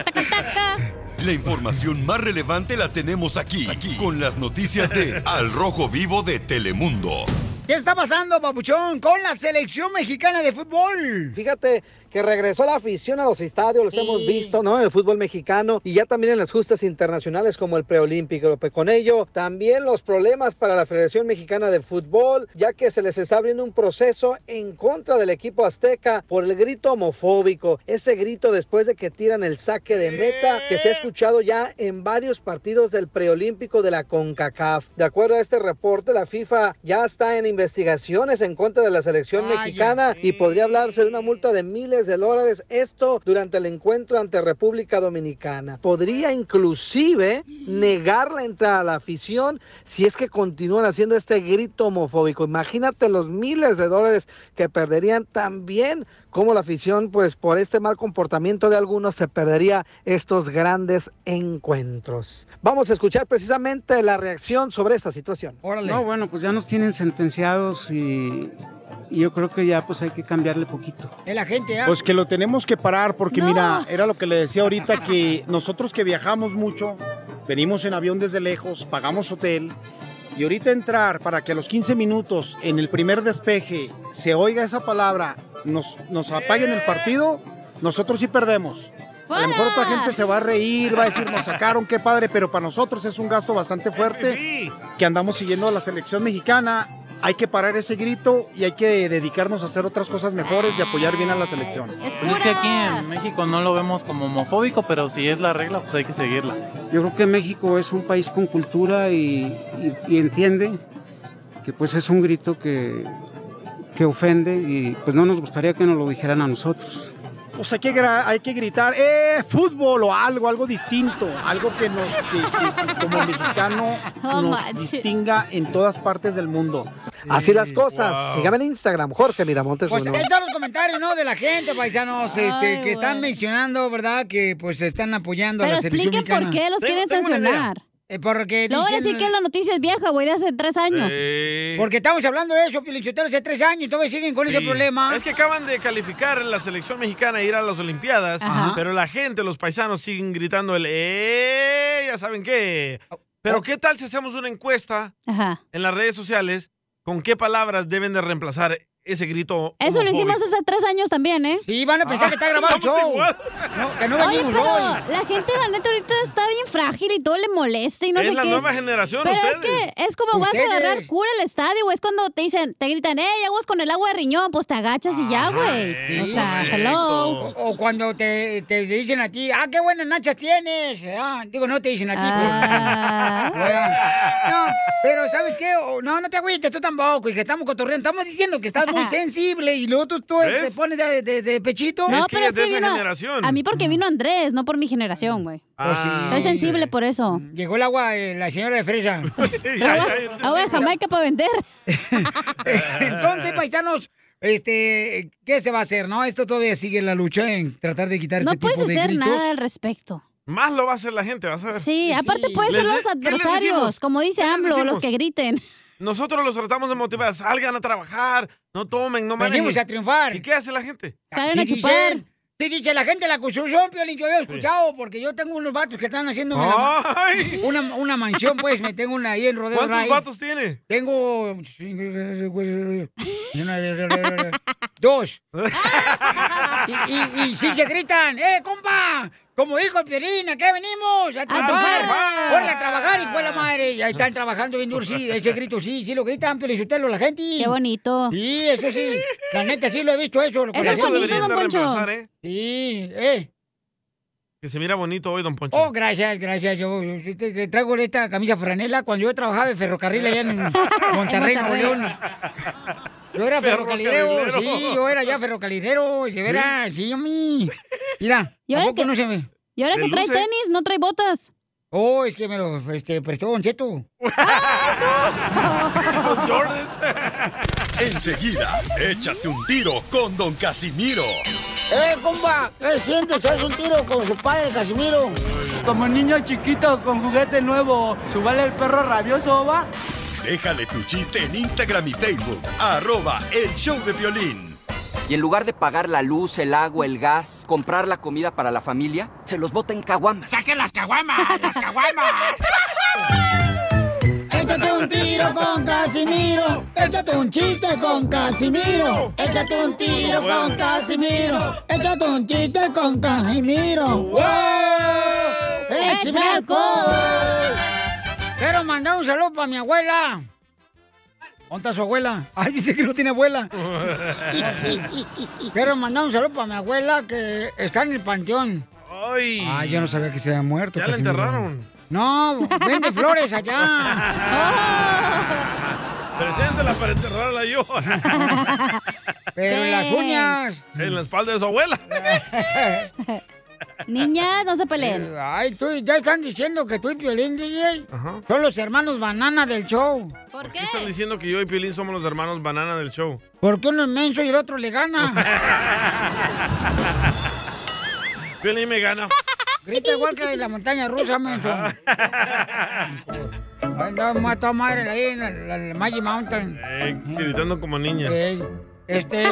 La información más relevante la tenemos aquí, aquí, con las noticias de Al Rojo Vivo de Telemundo. ¿Qué está pasando, papuchón, con la selección mexicana de fútbol? Fíjate que regresó la afición a los estadios, los hemos visto, ¿no? En el fútbol mexicano y ya también en las justas internacionales como el preolímpico. Pues con ello, también los problemas para la Federación Mexicana de Fútbol, ya que se les está abriendo un proceso en contra del equipo azteca por el grito homofóbico. Ese grito después de que tiran el saque de meta que se ha escuchado ya en varios partidos del preolímpico de la CONCACAF. De acuerdo a este reporte, la FIFA ya está en investigaciones en contra de la selección Vaya. mexicana Dominicana y podría hablarse de una multa de miles de dólares, esto durante el encuentro ante República Dominicana. Podría inclusive negar la entrada a la afición si es que continúan haciendo este grito homofóbico. Imagínate los miles de dólares que perderían también como la afición, pues por este mal comportamiento de algunos se perdería estos grandes encuentros. Vamos a escuchar precisamente la reacción sobre esta situación. [laughs] No, bueno, pues ya nos tienen sentenciados y, y yo creo que ya pues hay que cambiarle poquito. Es la gente, ¿ah? Pues que lo tenemos que parar porque No. mira, era lo que le decía ahorita que nosotros que viajamos mucho, venimos en avión desde lejos, pagamos hotel y ahorita entrar para que a los 15 minutos en el primer despeje se oiga esa palabra, nos, nos apaguen el partido, nosotros sí perdemos. A lo mejor otra gente se va a reír, va a decir, nos sacaron, qué padre, pero para nosotros es un gasto bastante fuerte que andamos siguiendo a la selección mexicana. Hay que parar ese grito y hay que dedicarnos a hacer otras cosas mejores y apoyar bien a la selección. Pues es que aquí en México no lo vemos como homofóbico, pero si es la regla, pues hay que seguirla. Yo creo que México es un país con cultura y, y- y entiende que pues es un grito que, que ofende y pues no nos gustaría que nos lo dijeran a nosotros. Pues hay que, gra- hay que gritar, ¡eh, fútbol! o algo, algo distinto, algo que nos, que, que- que como mexicano [laughs] No nos manches. distinga en todas partes del mundo. Así las cosas. Sígame en Instagram, Jorge Miramontes. Pues uno. esos son los comentarios, ¿no? De la gente, paisanos, este, Ay, que están mencionando, ¿verdad? Que pues están apoyando a Pero la selección expliquen por mexicana. qué los Tengo- quieren tengo una idea. sancionar. Eh, porque No voy a dicen- decir que la noticia es vieja, güey, de hace tres años. Porque estamos hablando de eso, Pilichotero, hace tres años, todavía siguen con ese Sí. problema. Es que acaban de calificar la selección mexicana a ir a las Olimpiadas, Ajá. pero la gente, los paisanos siguen gritando el ¡Eh! Ya saben qué. Oh. Pero ¿qué tal si hacemos una encuesta Ajá. en las redes sociales con qué palabras deben de reemplazar ese grito? Eso lo homofóbico? hicimos hace tres años también, ¿eh? Sí, van a pensar que está grabado el Estamos show. igual. que no Oye, venimos pero hoy. la gente, la neta, ahorita está bien frágil y todo le molesta y no Es sé la qué. nueva generación, Pero ustedes. es que es como vas a agarrar Ustedes. cura al estadio, güey. Es cuando te dicen, te gritan, ¡Ey, aguas con el agua de riñón! Pues te agachas y ya, güey. eh, O sea, hello. O, o cuando te, te dicen a ti, ah, qué buenas nachas tienes. Ah, digo, no te dicen a ti. pero- Ah. Oigan, [laughs] no, pero ¿sabes qué? O- No, no te agüites, tú tampoco, y que estamos cotorreando. Estamos diciendo que estás [laughs] muy sensible y luego tú, tú, te pones de, de- de pechito. No, pero es que vino- A mí porque vino Andrés, no por mi generación, güey. Mm. Ah, Pues sí. Estoy sensible por eso. Llegó el agua, eh, la señora [laughs] de fresa. Agua de Jamaica para vender. [laughs] Entonces, paisanos, este, ¿qué se va a hacer, no? Esto todavía sigue la lucha en tratar de quitar No este tipo puedes de gritos. hacer nada al respecto. Más lo va a hacer la gente, vas a ver. Sí, aparte pueden Les ser los de- ¿qué les decimos? adversarios, como dice AMLO, los decimos? que griten. Nosotros los tratamos de motivar, salgan a trabajar, no tomen, no manejen. Venimos a triunfar. ¿Y qué hace la gente? Sí, dicen, Sí, dice la gente, la construcción, Piolín, yo había escuchado, porque yo tengo unos vatos que están haciendo ¡Ay! una, una, mansión, pues, me tengo una ahí en Rodeo ¿Cuántos Drive. vatos tiene? Tengo... [laughs] [laughs] Dos. y, y, y sí se gritan, ¡eh, compa! Como dijo el Piolín, ¿a qué venimos? ¡A trabajar! trabajar. ¡Órale, a trabajar! ¡Y cuál la madre! Y ahí están trabajando bien duro, sí, ese grito, sí, sí lo gritan, Piolín, usted la gente. ¡Qué bonito! Sí, eso sí, la neta sí lo he visto, eso. lo Eso es conozco. bonito, Deberían don de Poncho. reemplazar, ¿eh? Sí, eh. Que se mira bonito hoy, don Poncho. Oh, gracias, gracias. Yo, yo- yo te- que traigo esta camisa franela cuando yo trabajaba de ferrocarril [laughs] allá en Monterrey, Nuevo León. Yo era ferrocarrilero, Ferrocarrilero. sí, yo era ya ferrocarrilero, de veras, sí, mí. Mira, ¿Y ahora tampoco que- no se me. Y ahora que trae tenis, no trae botas. Oh, es que me lo este, prestó Don Cheto. Enseguida, échate un tiro con Don Casimiro. ¡Eh, compa! ¿Qué sientes? ¿Haz un tiro con su padre, Casimiro? Como niño chiquito con juguete nuevo, ¿subale el perro rabioso va? Déjale tu chiste en Instagram y Facebook, arroba el show de violín. Y en lugar de pagar la luz, el agua, el gas, comprar la comida para la familia, se los bota en caguamas. ¡Saque las caguamas! ¡Las caguamas! Échate un tiro con Casimiro. Échate un chiste con Casimiro. Échate un tiro con Casimiro. Échate un chiste con Casimiro. ¡Wow! ¡Échame alcohol! Quiero mandar un saludo para mi abuela. ¿Dónde está su abuela? Ay, dice que no [laughs] tiene abuela. Quiero mandar un saludo para mi abuela que está en el panteón. Ay. Ay, Ah, yo no sabía que se había muerto. Ya la Casimiro. enterraron. No, vende flores allá. Preséntala para enterrarla yo. [laughs] Pero en las uñas. En la espalda de su [laughs] abuela. [laughs] Niñas, no se peleen. Eh, Ay, tú, ya están diciendo que tú y Piolín, DJ, son los hermanos banana del show. ¿Por qué? Están diciendo que yo y Piolín somos los hermanos banana del [laughs] show. Porque uno es menso y el otro le [laughs] gana. Piolín me gana. Grita igual que la montaña rusa, menso. Andamos a toda madre ahí en la, la- la Magic Mountain. Eh, gritando como niña. [laughs] Ey, este...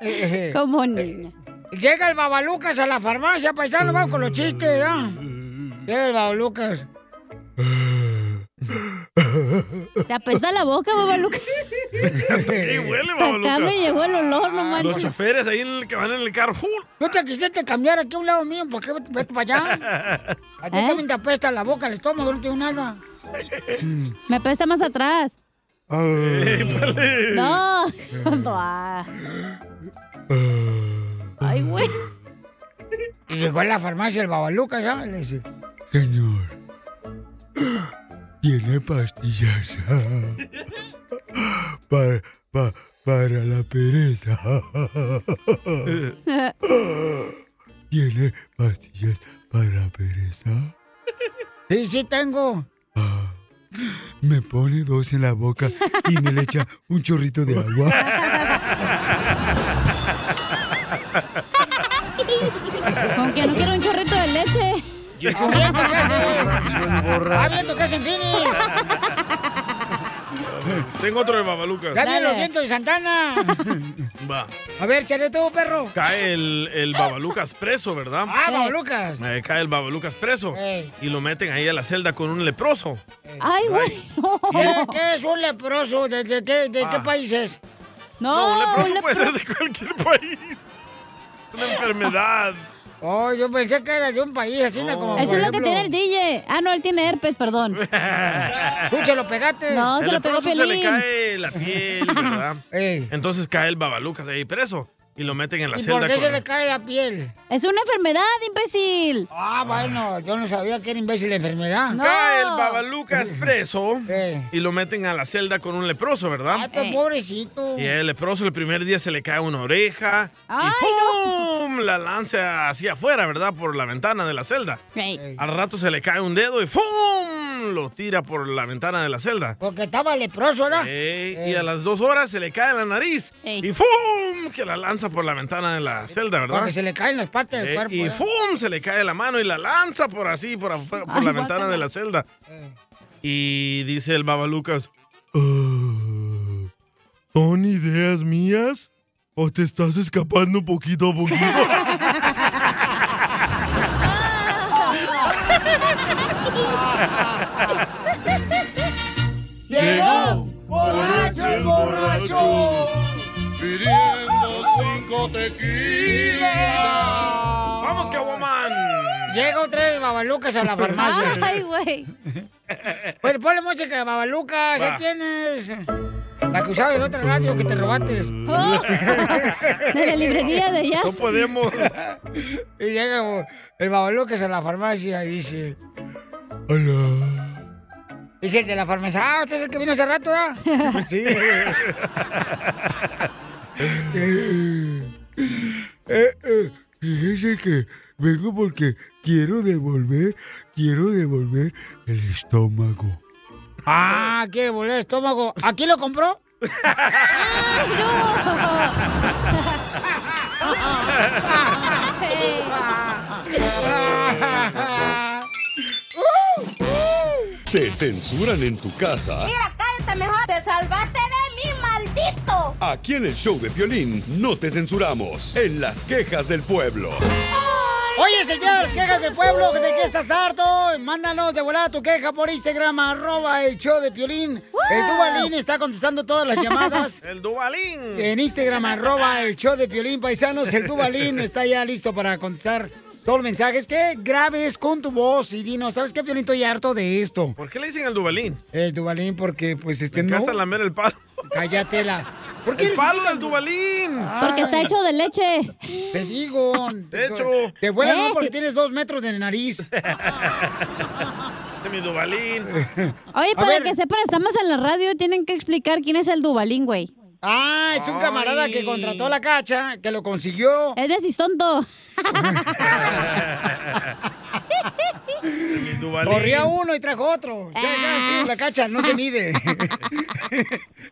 eh, Como niña. Llega el Babalucas a la farmacia, paisano, vamos con los chistes, ya. Llega el Babalucas. Te apesta la boca, babaluca. ¿Qué huele, Hasta babaluca? acá me llegó el olor, no Los manches. choferes ahí en el que van en el carro. [laughs] ¡uh! ¿No te quisiste cambiar aquí a un lado mío? ¿Por qué vete vete para allá? A ti ¿Eh? también te apesta la boca, el estómago, no tengo nada. [laughs] Me apesta más atrás. No. [laughs] Ah. Ah. Ay, güey. Y llegó a la farmacia el babaluca, ¿sabes? Le dice, Señor, tiene pastillas para, pa- para la pereza. ¿Tiene pastillas para la pereza? Sí, sí tengo. Ah, me pone dos en la boca y me le echa un chorrito de agua. Aunque no quiero un chorrito de leche. ¡Había eh. tu casa en Phoenix! Tengo otro de Babaluca. ¡Ya vienen los vientos [laughs] de Santana! Va. A ver, chale tú, perro. Cae el, el Babalucas preso, ¿verdad? ¡Ah, Babalucas! Eh. Eh, cae el Babalucas preso Ey. y lo meten ahí a la celda con un leproso. ¡Ay, güey! no. ¿Qué, qué es un leproso? ¿De, de qué- de qué Ah. país es? No, un leproso puede ser de cualquier país. Una [laughs] enfermedad. Oh, yo pensé que era de un país, así no. como. Eso es lo que tiene el DJ. Ah, no, él tiene herpes, perdón. [laughs] Tú se lo pegaste. No, se El lo pegó leproso se le Pelín. cae la [laughs] piel, ¿verdad? Entonces cae el Babalucas ahí preso y lo meten en la ¿Y por celda qué se con- le cae la piel? Es una enfermedad, imbécil. Ah, bueno, yo no sabía que era imbécil la enfermedad. Cae el Babalucas preso y lo meten a la celda con un leproso, ¿verdad? Ah, pues, pobrecito. Y el leproso el primer día se le cae una oreja Ay, y ¡pum! La lanza hacia afuera, ¿verdad? Por la ventana de la celda. Al rato se le cae un dedo y ¡pum! Lo tira por la ventana de la celda. Porque estaba leproso, ¿verdad? Ey, Y a las dos horas se le cae la nariz y ¡pum! Que la lanza por la ventana de la celda, ¿verdad? Porque se le caen las partes del Eh, cuerpo. y ¿eh? ¡fum! Se le cae la mano y la lanza por así, por, afuera, por Ay, la ventana guácala. de la celda. Eh. Y dice el Babalucas, Ah, ¿Son ideas mías? ¿O te estás escapando poquito a poquito? [laughs] [laughs] Llegó borracho el borracho pidiendo cinco tequilas. ¡Vamos, Caguaman! Llega otra vez Babalucas a la farmacia. [laughs] Ay, [laughs] güey. Bueno, ponle música de Babalucas, Va. ya tienes. La que usaba en otra radio que te robaste. [laughs] Oh. de la librería de allá. No podemos. [laughs] Y llega el Babalucas a la farmacia y dice. Hola. Dice el de la farmacia, ah, usted es el que vino hace [laughs] rato, ¿verdad? Sí. Eh, eh, fíjese que vengo porque quiero devolver, quiero devolver el estómago. Ah, quiere volver el estómago. ¿Aquí lo compró? Te censuran en tu casa. cállate mejor. Te salvaste de mí, maldito. Aquí en el show de violín no te censuramos. En las quejas del pueblo. Hoy es el día de las quejas del pueblo, ¿de qué estás harto? Mándanos de volada tu queja por Instagram, arroba el show de Piolín. El Dubalín está contestando todas las llamadas. [laughs] ¡El Dubalín! En Instagram, arroba el show de Piolín, paisanos, el Dubalín está ya listo para contestar todos los mensajes que grabes con tu voz y dinos, ¿sabes qué, Piolín? Estoy harto de esto. ¿Por qué le dicen el Dubalín? El Dubalín porque, pues, este Me no... encanta lamer el palo. Cállate la... ¿Por qué ¡El palo necesitas- del Dubalín! Porque está hecho de leche. Te digo. De hecho. Te vuelas ¿Eh? no porque tienes dos metros de nariz. De mi [laughs] Dubalín. Oye, A para ver. que sepan, estamos en la radio y tienen que explicar quién es el Dubalín, güey. Ah, es un camarada que contrató a la cacha, que lo consiguió. Es de cistonto. De [laughs] mi Dubalín. Corría uno y trajo otro. Ya, Ah. ya, sí, la cacha no se [laughs] mide.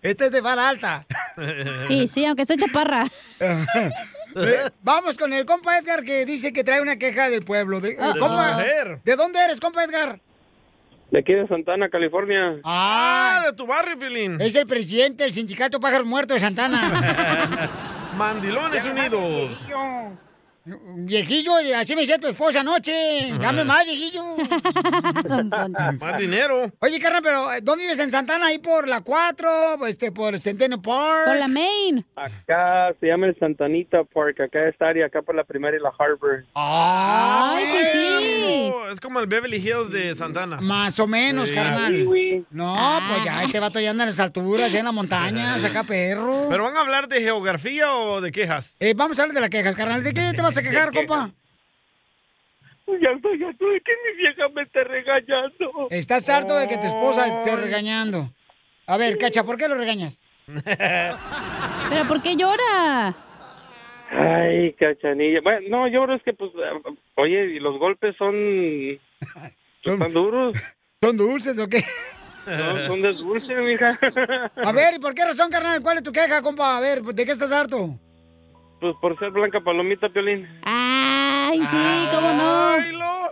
Esta es de vara alta. [laughs] Y sí, aunque soy chaparra. [laughs] Eh, Vamos con el compa Edgar que dice que trae una queja del pueblo. De, eh, Ah, De su compa, mujer. ¿De dónde eres, compa Edgar? De aquí de Santana, California. Ah, de tu barrio, Pilín. Es el presidente del sindicato Pájaros Muertos de Santana. [laughs] Mandilones Unidos. Viejillo, y así me decía tu esposa anoche. Dame más, [laughs] viejillo. Más dinero. Oye, carnal, pero eh, ¿dónde vives en Santana? Ahí por la 4, este, por Centeno Park. Por la Main. Acá se llama el Santanita Park. Acá está área, acá por la primera y la Harbor. ¡Ay, sí, sí! Es como el Beverly Hills de Santana. Más o menos, Sí. carnal. No, pues ya, este vato ya anda en las alturas, ya en las montañas, saca perro. ¿Pero van a hablar de geografía o de quejas? Eh, vamos a hablar de las quejas, carnal. ¿De qué te vas a quejar, compa? Ya estoy harto de que mi vieja me esté regañando. Estás harto de que tu esposa esté [laughs] regañando. A ver, Cacha, ¿por qué lo regañas? Ah. Pero ¿por qué llora? Ay, cachanilla. Bueno, no, yo creo es que, pues, eh, oye, y los golpes son. son tan duros. ¿Son dulces o qué? Son, son de dulce, mija. A ver, ¿y por qué razón, carnal? ¿Cuál es tu queja, compa? A ver, ¿de qué estás harto? Pues por ser blanca palomita, Piolín. Ay, sí, cómo no.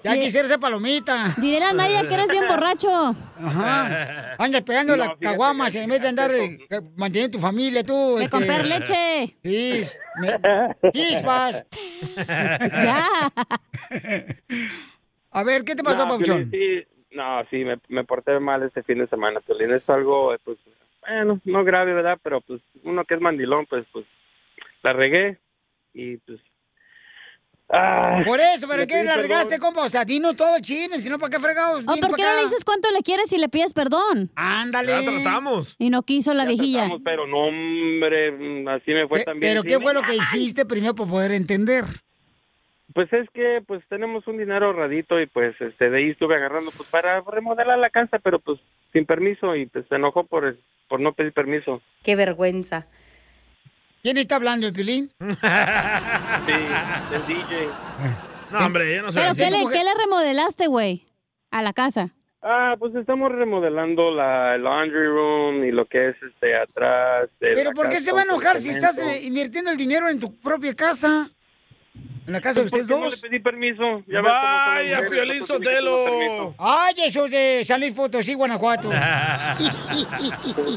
Ya quisiera ser palomita. Diré a la Naya que eres bien borracho. Ajá. Andas pegando No, la fíjate caguama en vez de andar eh, manteniendo tu familia, tú. De este. comprar leche. Sí. [laughs] me- Chispas. ya. [laughs] A ver, ¿qué te pasó, Pauchón? Sí, no, sí, me, me porté mal este fin de semana, Piolín. Es algo, eh, pues, bueno, no grave, ¿verdad? Pero, pues, uno que es mandilón, pues, pues, la regué y, pues... ah, Por eso, pero le ¿qué pedí la perdón. regaste, compa? O sea, dinos todo el chisme, si no, ¿para qué fregados? ¿O Oh, por qué no le dices cuánto le quieres y le pides perdón? Ándale. Ya tratamos. Y no quiso la viejilla. Vamos, pero no, hombre, mm, así me fue también. Pero sí. ¿qué fue lo que hiciste primero para poder entender? Pues es que, pues, tenemos un dinero ahorradito y, pues, este, de ahí estuve agarrando, pues, para remodelar la casa, pero, pues, sin permiso y, pues, se enojó por, por no pedir permiso. Qué vergüenza. ¿Quién está hablando, el Pilín? Sí, el DJ. No, hombre, yo no sé. ¿Pero así. qué le, Mujer- qué le remodelaste, güey? A la casa. Ah, pues estamos remodelando la el laundry room y lo que es este atrás. de Pero la ¿por qué casa, se va a un enojar si estás departamento. eh, invirtiendo el dinero en tu propia casa? En la casa de Pues, ¿por ustedes qué No le dos. pedí permiso. Ya ves cómo son las Vaya, mujeres, Piolín nosotros tiene que pedir permiso. Ay, eso de San Luis Potosí, Guanajuato. [laughs]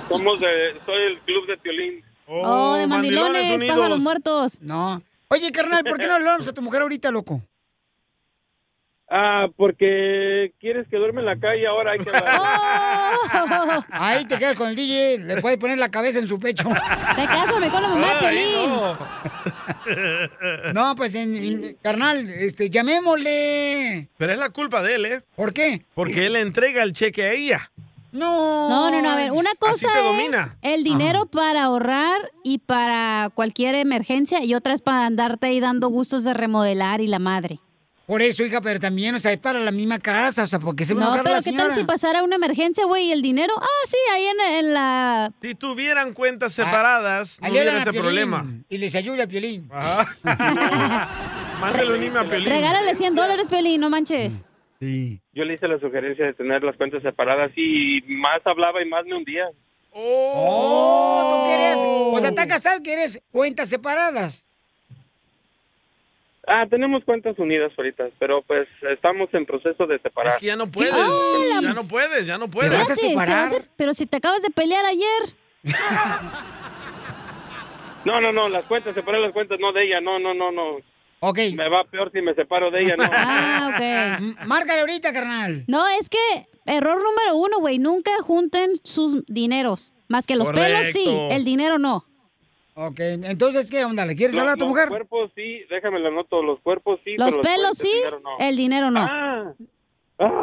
Oh, Somos de, soy el club de Piolín. Oh, de mandilones, pájaros muertos. No. Oye, carnal, ¿por qué no le hablamos a tu mujer ahorita, loco? Ah, porque quieres que duerme en la calle ahora hay que hablar. [laughs] Ahí te quedas con el DJ, le puedes poner la cabeza en su [laughs] pecho. Te cásame con la mamá de Ay, Piolín. No, pues, en- en- carnal, este, llamémosle. Pero es la culpa de él, ¿eh? ¿Por qué? Porque él le entrega el cheque a ella. No. No, no, no. A ver, una cosa te es domina. el dinero para ahorrar y para cualquier emergencia y otra es para andarte ahí dando gustos de remodelar y la madre. Por eso, hija, pero también, o sea, es para la misma casa, o sea, porque se va a No, enojar pero pues, la ¿qué tal señora? si pasara una emergencia, güey, y el dinero? Ah, sí, ahí en, en la... Si tuvieran cuentas Ah, separadas, no ahí hubiera hablan a este [laughs] Piolín. problema. Y les ayuda [laughs] a Piolín. Mándale un email a Piolín. Regálale 100 dólares, Pelín, no manches. Yo le hice la sugerencia de tener las cuentas separadas y más hablaba y más me hundía. Oh, tú quieres. O sea, está casado y quieres cuentas separadas. Ah, tenemos cuentas unidas ahorita, pero pues estamos en proceso de separar. Es que ya no puedes. Ah, ya no puedes, ya no puedes. Espérate, se va a hacer- pero si te acabas de pelear ayer. No, no, no, las cuentas, separar las cuentas, no de ella, no, no, no, no. Ok. Me va peor si me separo de [laughs] ella, no. Ah, ok. Márcale ahorita, carnal. No, es que error número uno, güey, nunca junten sus dineros. Más que los pelos sí, Correcto. el dinero no. Ok, entonces, ¿qué onda? ¿Le quieres Los- hablar a tu los mujer? cuerpos sí, déjame la noto, los cuerpos sí. Los pero pelos cuentas, sí, dinero no. Ah, el dinero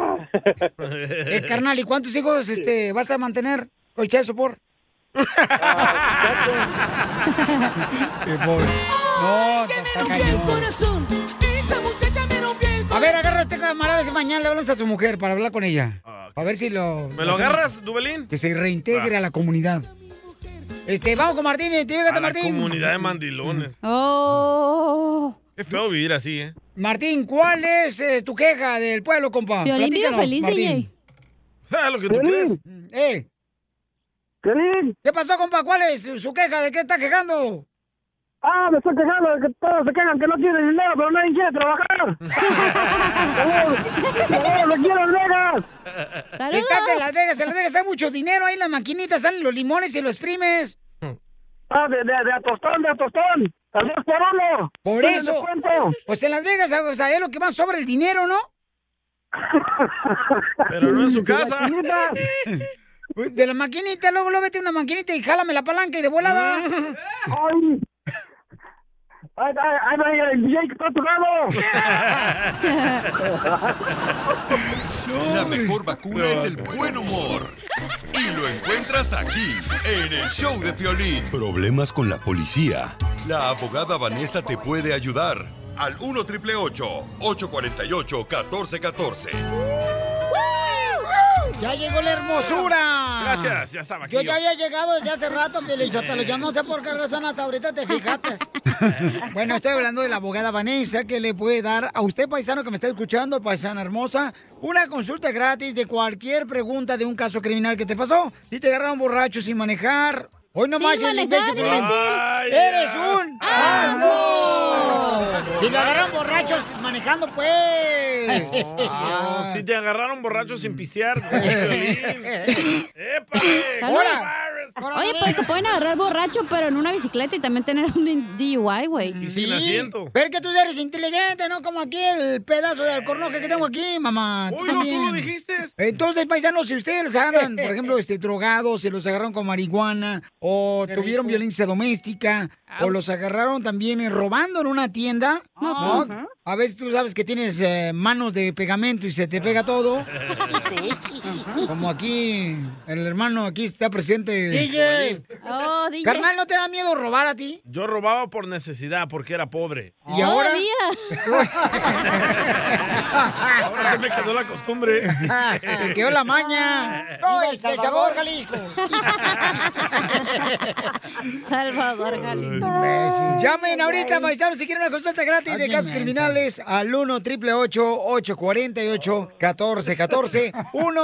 no. Eh, carnal, ¿y cuántos hijos este, vas a mantener con Chel Sopor? No, está cañón. A ver, agarra a este camarada ese mañana, le hablamos a su mujer para hablar con ella. A ver si lo... Ah, ¿Me lo agarras, Dubelín? Ah, Que se reintegre a la comunidad. Este, vamos con Martín, identifícate, A la Martín. Mm. comunidad de mandilones. Oh. Es feo vivir así, ¿eh? Martín, ¿cuál es eh, tu queja del pueblo, compa? Piolín vive Platícanos, feliz, Martín. ¿Sabes lo que tú crees? Eh. ¿Qué pasó, compa? ¿Cuál es su su queja? ¿De qué está quejando? Ah, me estoy quejando de que todos se quejan que no quieren dinero, pero nadie [laughs] quiere trabajar. ¡Saludos! ¡Lo quiero en Vegas! Estás en Las Vegas, en Las Vegas hay mucho dinero, ahí en las maquinitas salen los limones y los primes. Hmm. Ah, de, de, de a tostón, de a tostón. Al dos por uno. Por Tienen eso. descuento. Pues en Las Vegas, o sea, es lo que más sobra el dinero, [laughs] ¿no? Pero no en su casa. Pues De la maquinita, luego lo vete a una maquinita y jálame la palanca y de volada. Ah. ¡Ay! ¡Ay, ay, ay! ay, ¡El DJ que está a tu lado! La mejor vacuna es el buen humor. Y lo encuentras aquí, en el show de Piolín. Problemas con la policía. La abogada Vanessa te puede ayudar. Al 1 triple 848 1414 ¡Ya llegó la hermosura! Gracias, ya estaba aquí Yo yo. ya había llegado desde hace rato, Pielichotelo. Yo no sé por qué razón hasta ahorita [laughs] te fijaste. bueno, estoy hablando de la abogada Vanessa que le puede dar a usted, paisano que me está escuchando, paisana hermosa, una consulta gratis de cualquier pregunta de un caso criminal que te pasó. Si te agarraron borracho sin manejar. Hoy no pues. Sin más el manejar, imbécil. imbécil. Ay, ¡Eres un asno! Si lo agarraron borrachos manejando, pues. [laughs] Ah, Si te agarraron borracho Mm. sin pisear. [laughs] Salud. Oye, pues te pueden agarrar borracho, pero en una bicicleta y también tener un DUI, güey. sin Sí. asiento. Pero es que tú eres inteligente, ¿no? Como aquí el pedazo de alcornoque que tengo aquí, mamá. Uy, no, tú lo dijiste. Entonces, paisanos, si ustedes agarran, por [laughs] ejemplo, este, drogados, se los agarraron con marihuana, o Qué tuvieron rico. violencia doméstica, o los agarraron también eh, robando en una tienda, No, pues, ¿no? tú. A veces tú sabes que tienes eh, manos de pegamento y se te pega todo. [laughs] Como aquí, el hermano aquí está presente. DJ. Oh, DJ. Carnal, ¿no te da miedo robar a ti? Yo robaba por necesidad porque era pobre. Y ahora. [laughs] Ahora se me quedó la costumbre. Me [laughs] quedó la maña. ¡Soy El el Salvador, Salvador, Jalisco! [laughs] Salvador Jalisco. Llamen ahorita, paisanos, si quieren una consulta gratis de casos criminales al 1 888 848 1414 1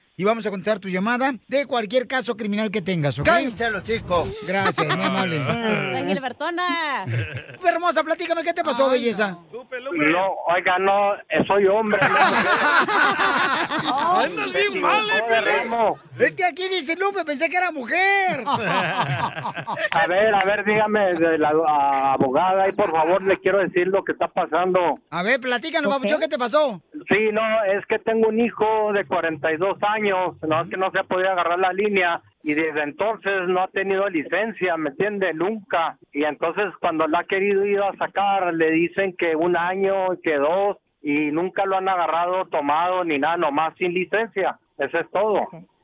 y vamos a contestar tu llamada de cualquier caso criminal que tengas, ¿ok? Cállenselo, chicos! Gracias, muy San amable. Gilbertona. Hermosa, platícame, ¿qué te pasó, belleza? No, oiga, no, eh, soy hombre. Andas bien mal, eh, Pelé. Es que aquí dice Lupe, pensé que era mujer. A ver, a ver, dígame, de la a- abogada, y por favor, le quiero decir lo que está pasando. A ver, platícanos, Ok. papuchón, ¿qué te pasó? Sí, no, es que tengo un hijo de 42 años, no es que no se ha podido agarrar la línea y desde entonces no ha tenido licencia, ¿me entiende? Nunca. Y entonces cuando la ha querido ir a sacar le dicen que un año, que dos y nunca lo han agarrado, tomado ni nada, nomás sin licencia. Eso es todo.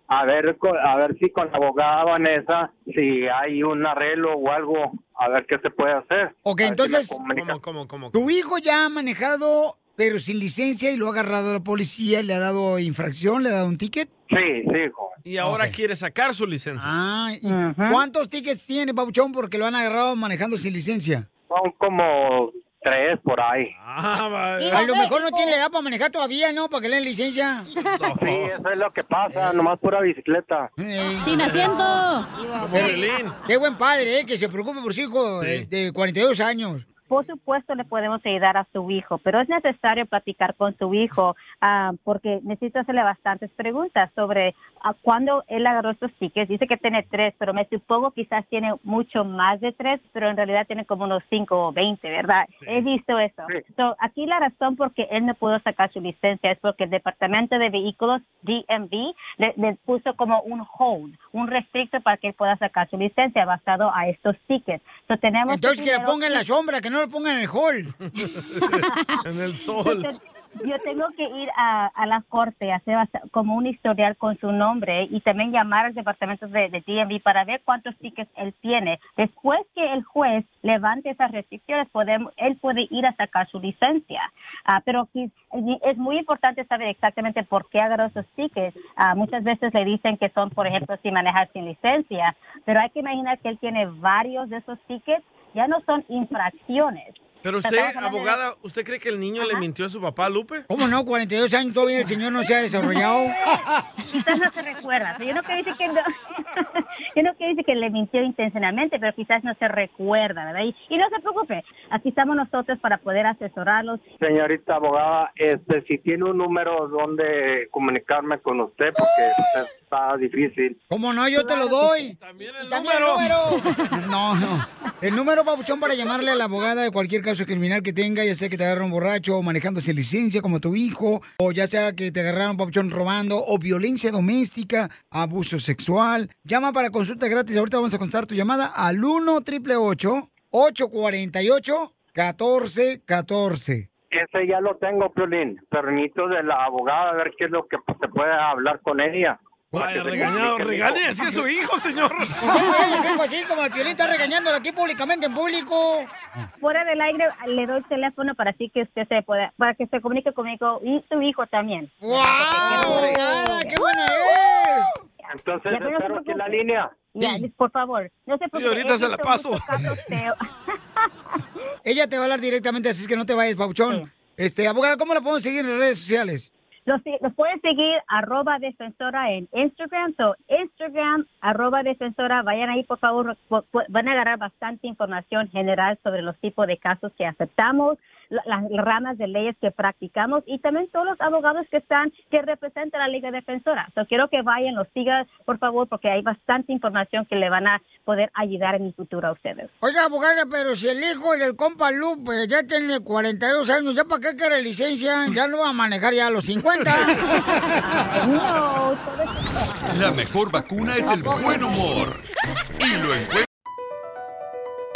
A ver, co- a ver si con la abogada Vanessa, si hay un arreglo o algo, a ver qué se puede hacer. Ok, A ver si me entonces- comunica. Tu hijo ya ha manejado, pero sin licencia, y lo ha agarrado la policía, le ha dado infracción, le ha dado un ticket. Sí, Mm. sí, joven. Y ahora quiere sacar su licencia. Ah, ¿y cuántos tickets tiene, papuchón, porque lo han agarrado manejando sin licencia? Son como tres por ahí. A lo mejor no tiene la edad para manejar todavía, ¿no? Para que le den licencia. Sí, eso es lo que pasa, nomás pura bicicleta. Sin asiento. Qué buen padre, ¿eh? Que se preocupe por su hijo eh, de 42 años. Por supuesto le podemos ayudar a su hijo, pero es necesario platicar con su hijo ah, porque necesito hacerle bastantes preguntas sobre ah, cuándo él agarró estos tickets. Dice que tiene tres, pero me supongo quizás tiene mucho más de tres, pero en realidad tiene como unos cinco o veinte, ¿verdad? He visto eso. So, aquí la razón por que él no pudo sacar su licencia es porque el Departamento de Vehículos, DMV, le, le puso como un hold, un restricto para que él pueda sacar su licencia basado a estos tickets. So, tenemos Entonces que le primero- pongan en la sombra, que no le pongan en el hall. en el [laughs] yo te- yo tengo que ir a, a la corte, hacer basa- como un historial con su nombre y también llamar al departamento de, de DMV para ver cuántos tickets él tiene. Después que el juez levante esas restricciones, podemos, él puede ir a sacar su licencia. Ah, pero qui- es muy importante saber exactamente por qué agarró esos tickets. Ah, muchas veces le dicen que son, por ejemplo, si manejar sin licencia, pero hay que imaginar que él tiene varios de esos tickets, ya no son infracciones. Pero Estamos usted, hablando de- abogada, ¿usted cree que el niño le mintió a su papá, Lupe? ¿Cómo no? 42 años todavía el señor no se ha desarrollado. quizás no se recuerda. pero Yo no quiero decir que no, [laughs] yo no quiero decir que le mintió intencionalmente, pero quizás no se recuerda, ¿verdad? Y, y no se preocupe, aquí estamos nosotros para poder asesorarlos. Señorita abogada, este, si tiene un número donde comunicarme con usted, porque está difícil. ¿Cómo no? Yo te lo doy. También el número. [laughs] No, no. El número, papuchón, para llamarle a la abogada de cualquier caso criminal que tenga, ya sea que te agarraron borracho o manejando sin licencia como tu hijo, o ya sea que te agarraron, papuchón, robando, o violencia doméstica, abuso sexual. Llama para consulta gratis. Ahorita vamos a contestar tu llamada al 1 888 848 [laughs] 1414 Ese ya lo tengo, Piolín, pero necesito de la abogada a ver qué es lo que se puede hablar con ella. Vaya, regañado, regañe así a su hijo, señor. Oye, hijo, así como el Piolín está regañándolo aquí públicamente en público. Fuera del aire le doy el teléfono para así que usted se pueda, para que se comunique conmigo y su hijo también. ¡Wow! ¡Qué buena Entonces, Ya, pero no se espero que la preocupe. línea. Ya, por favor, no se Y preocupe. ahorita he se la visto paso. muchos casos feos. [laughs] Ella te va a hablar directamente, así es que no te vayas, Pauchón. Este, abogada, ¿cómo la podemos seguir en las redes sociales? Los, los pueden seguir arroba defensora en Instagram. So, Instagram arroba defensora. Vayan ahí, por favor. po- po- Van a agarrar bastante información general sobre los tipos de casos que aceptamos, la- las ramas de leyes que practicamos y también todos los abogados que están, que representan a la Liga Defensora. So, quiero que vayan, los sigan, por favor, porque hay bastante información que le van a poder ayudar en el futuro a ustedes. Oiga, abogada, pero si el hijo del compa Lupe ya tiene 42 años, ¿ya para qué quiere licencia? Ya no va a manejar ya a los 50. [laughs] no, La mejor vacuna es el buen humor. Y lo encuentras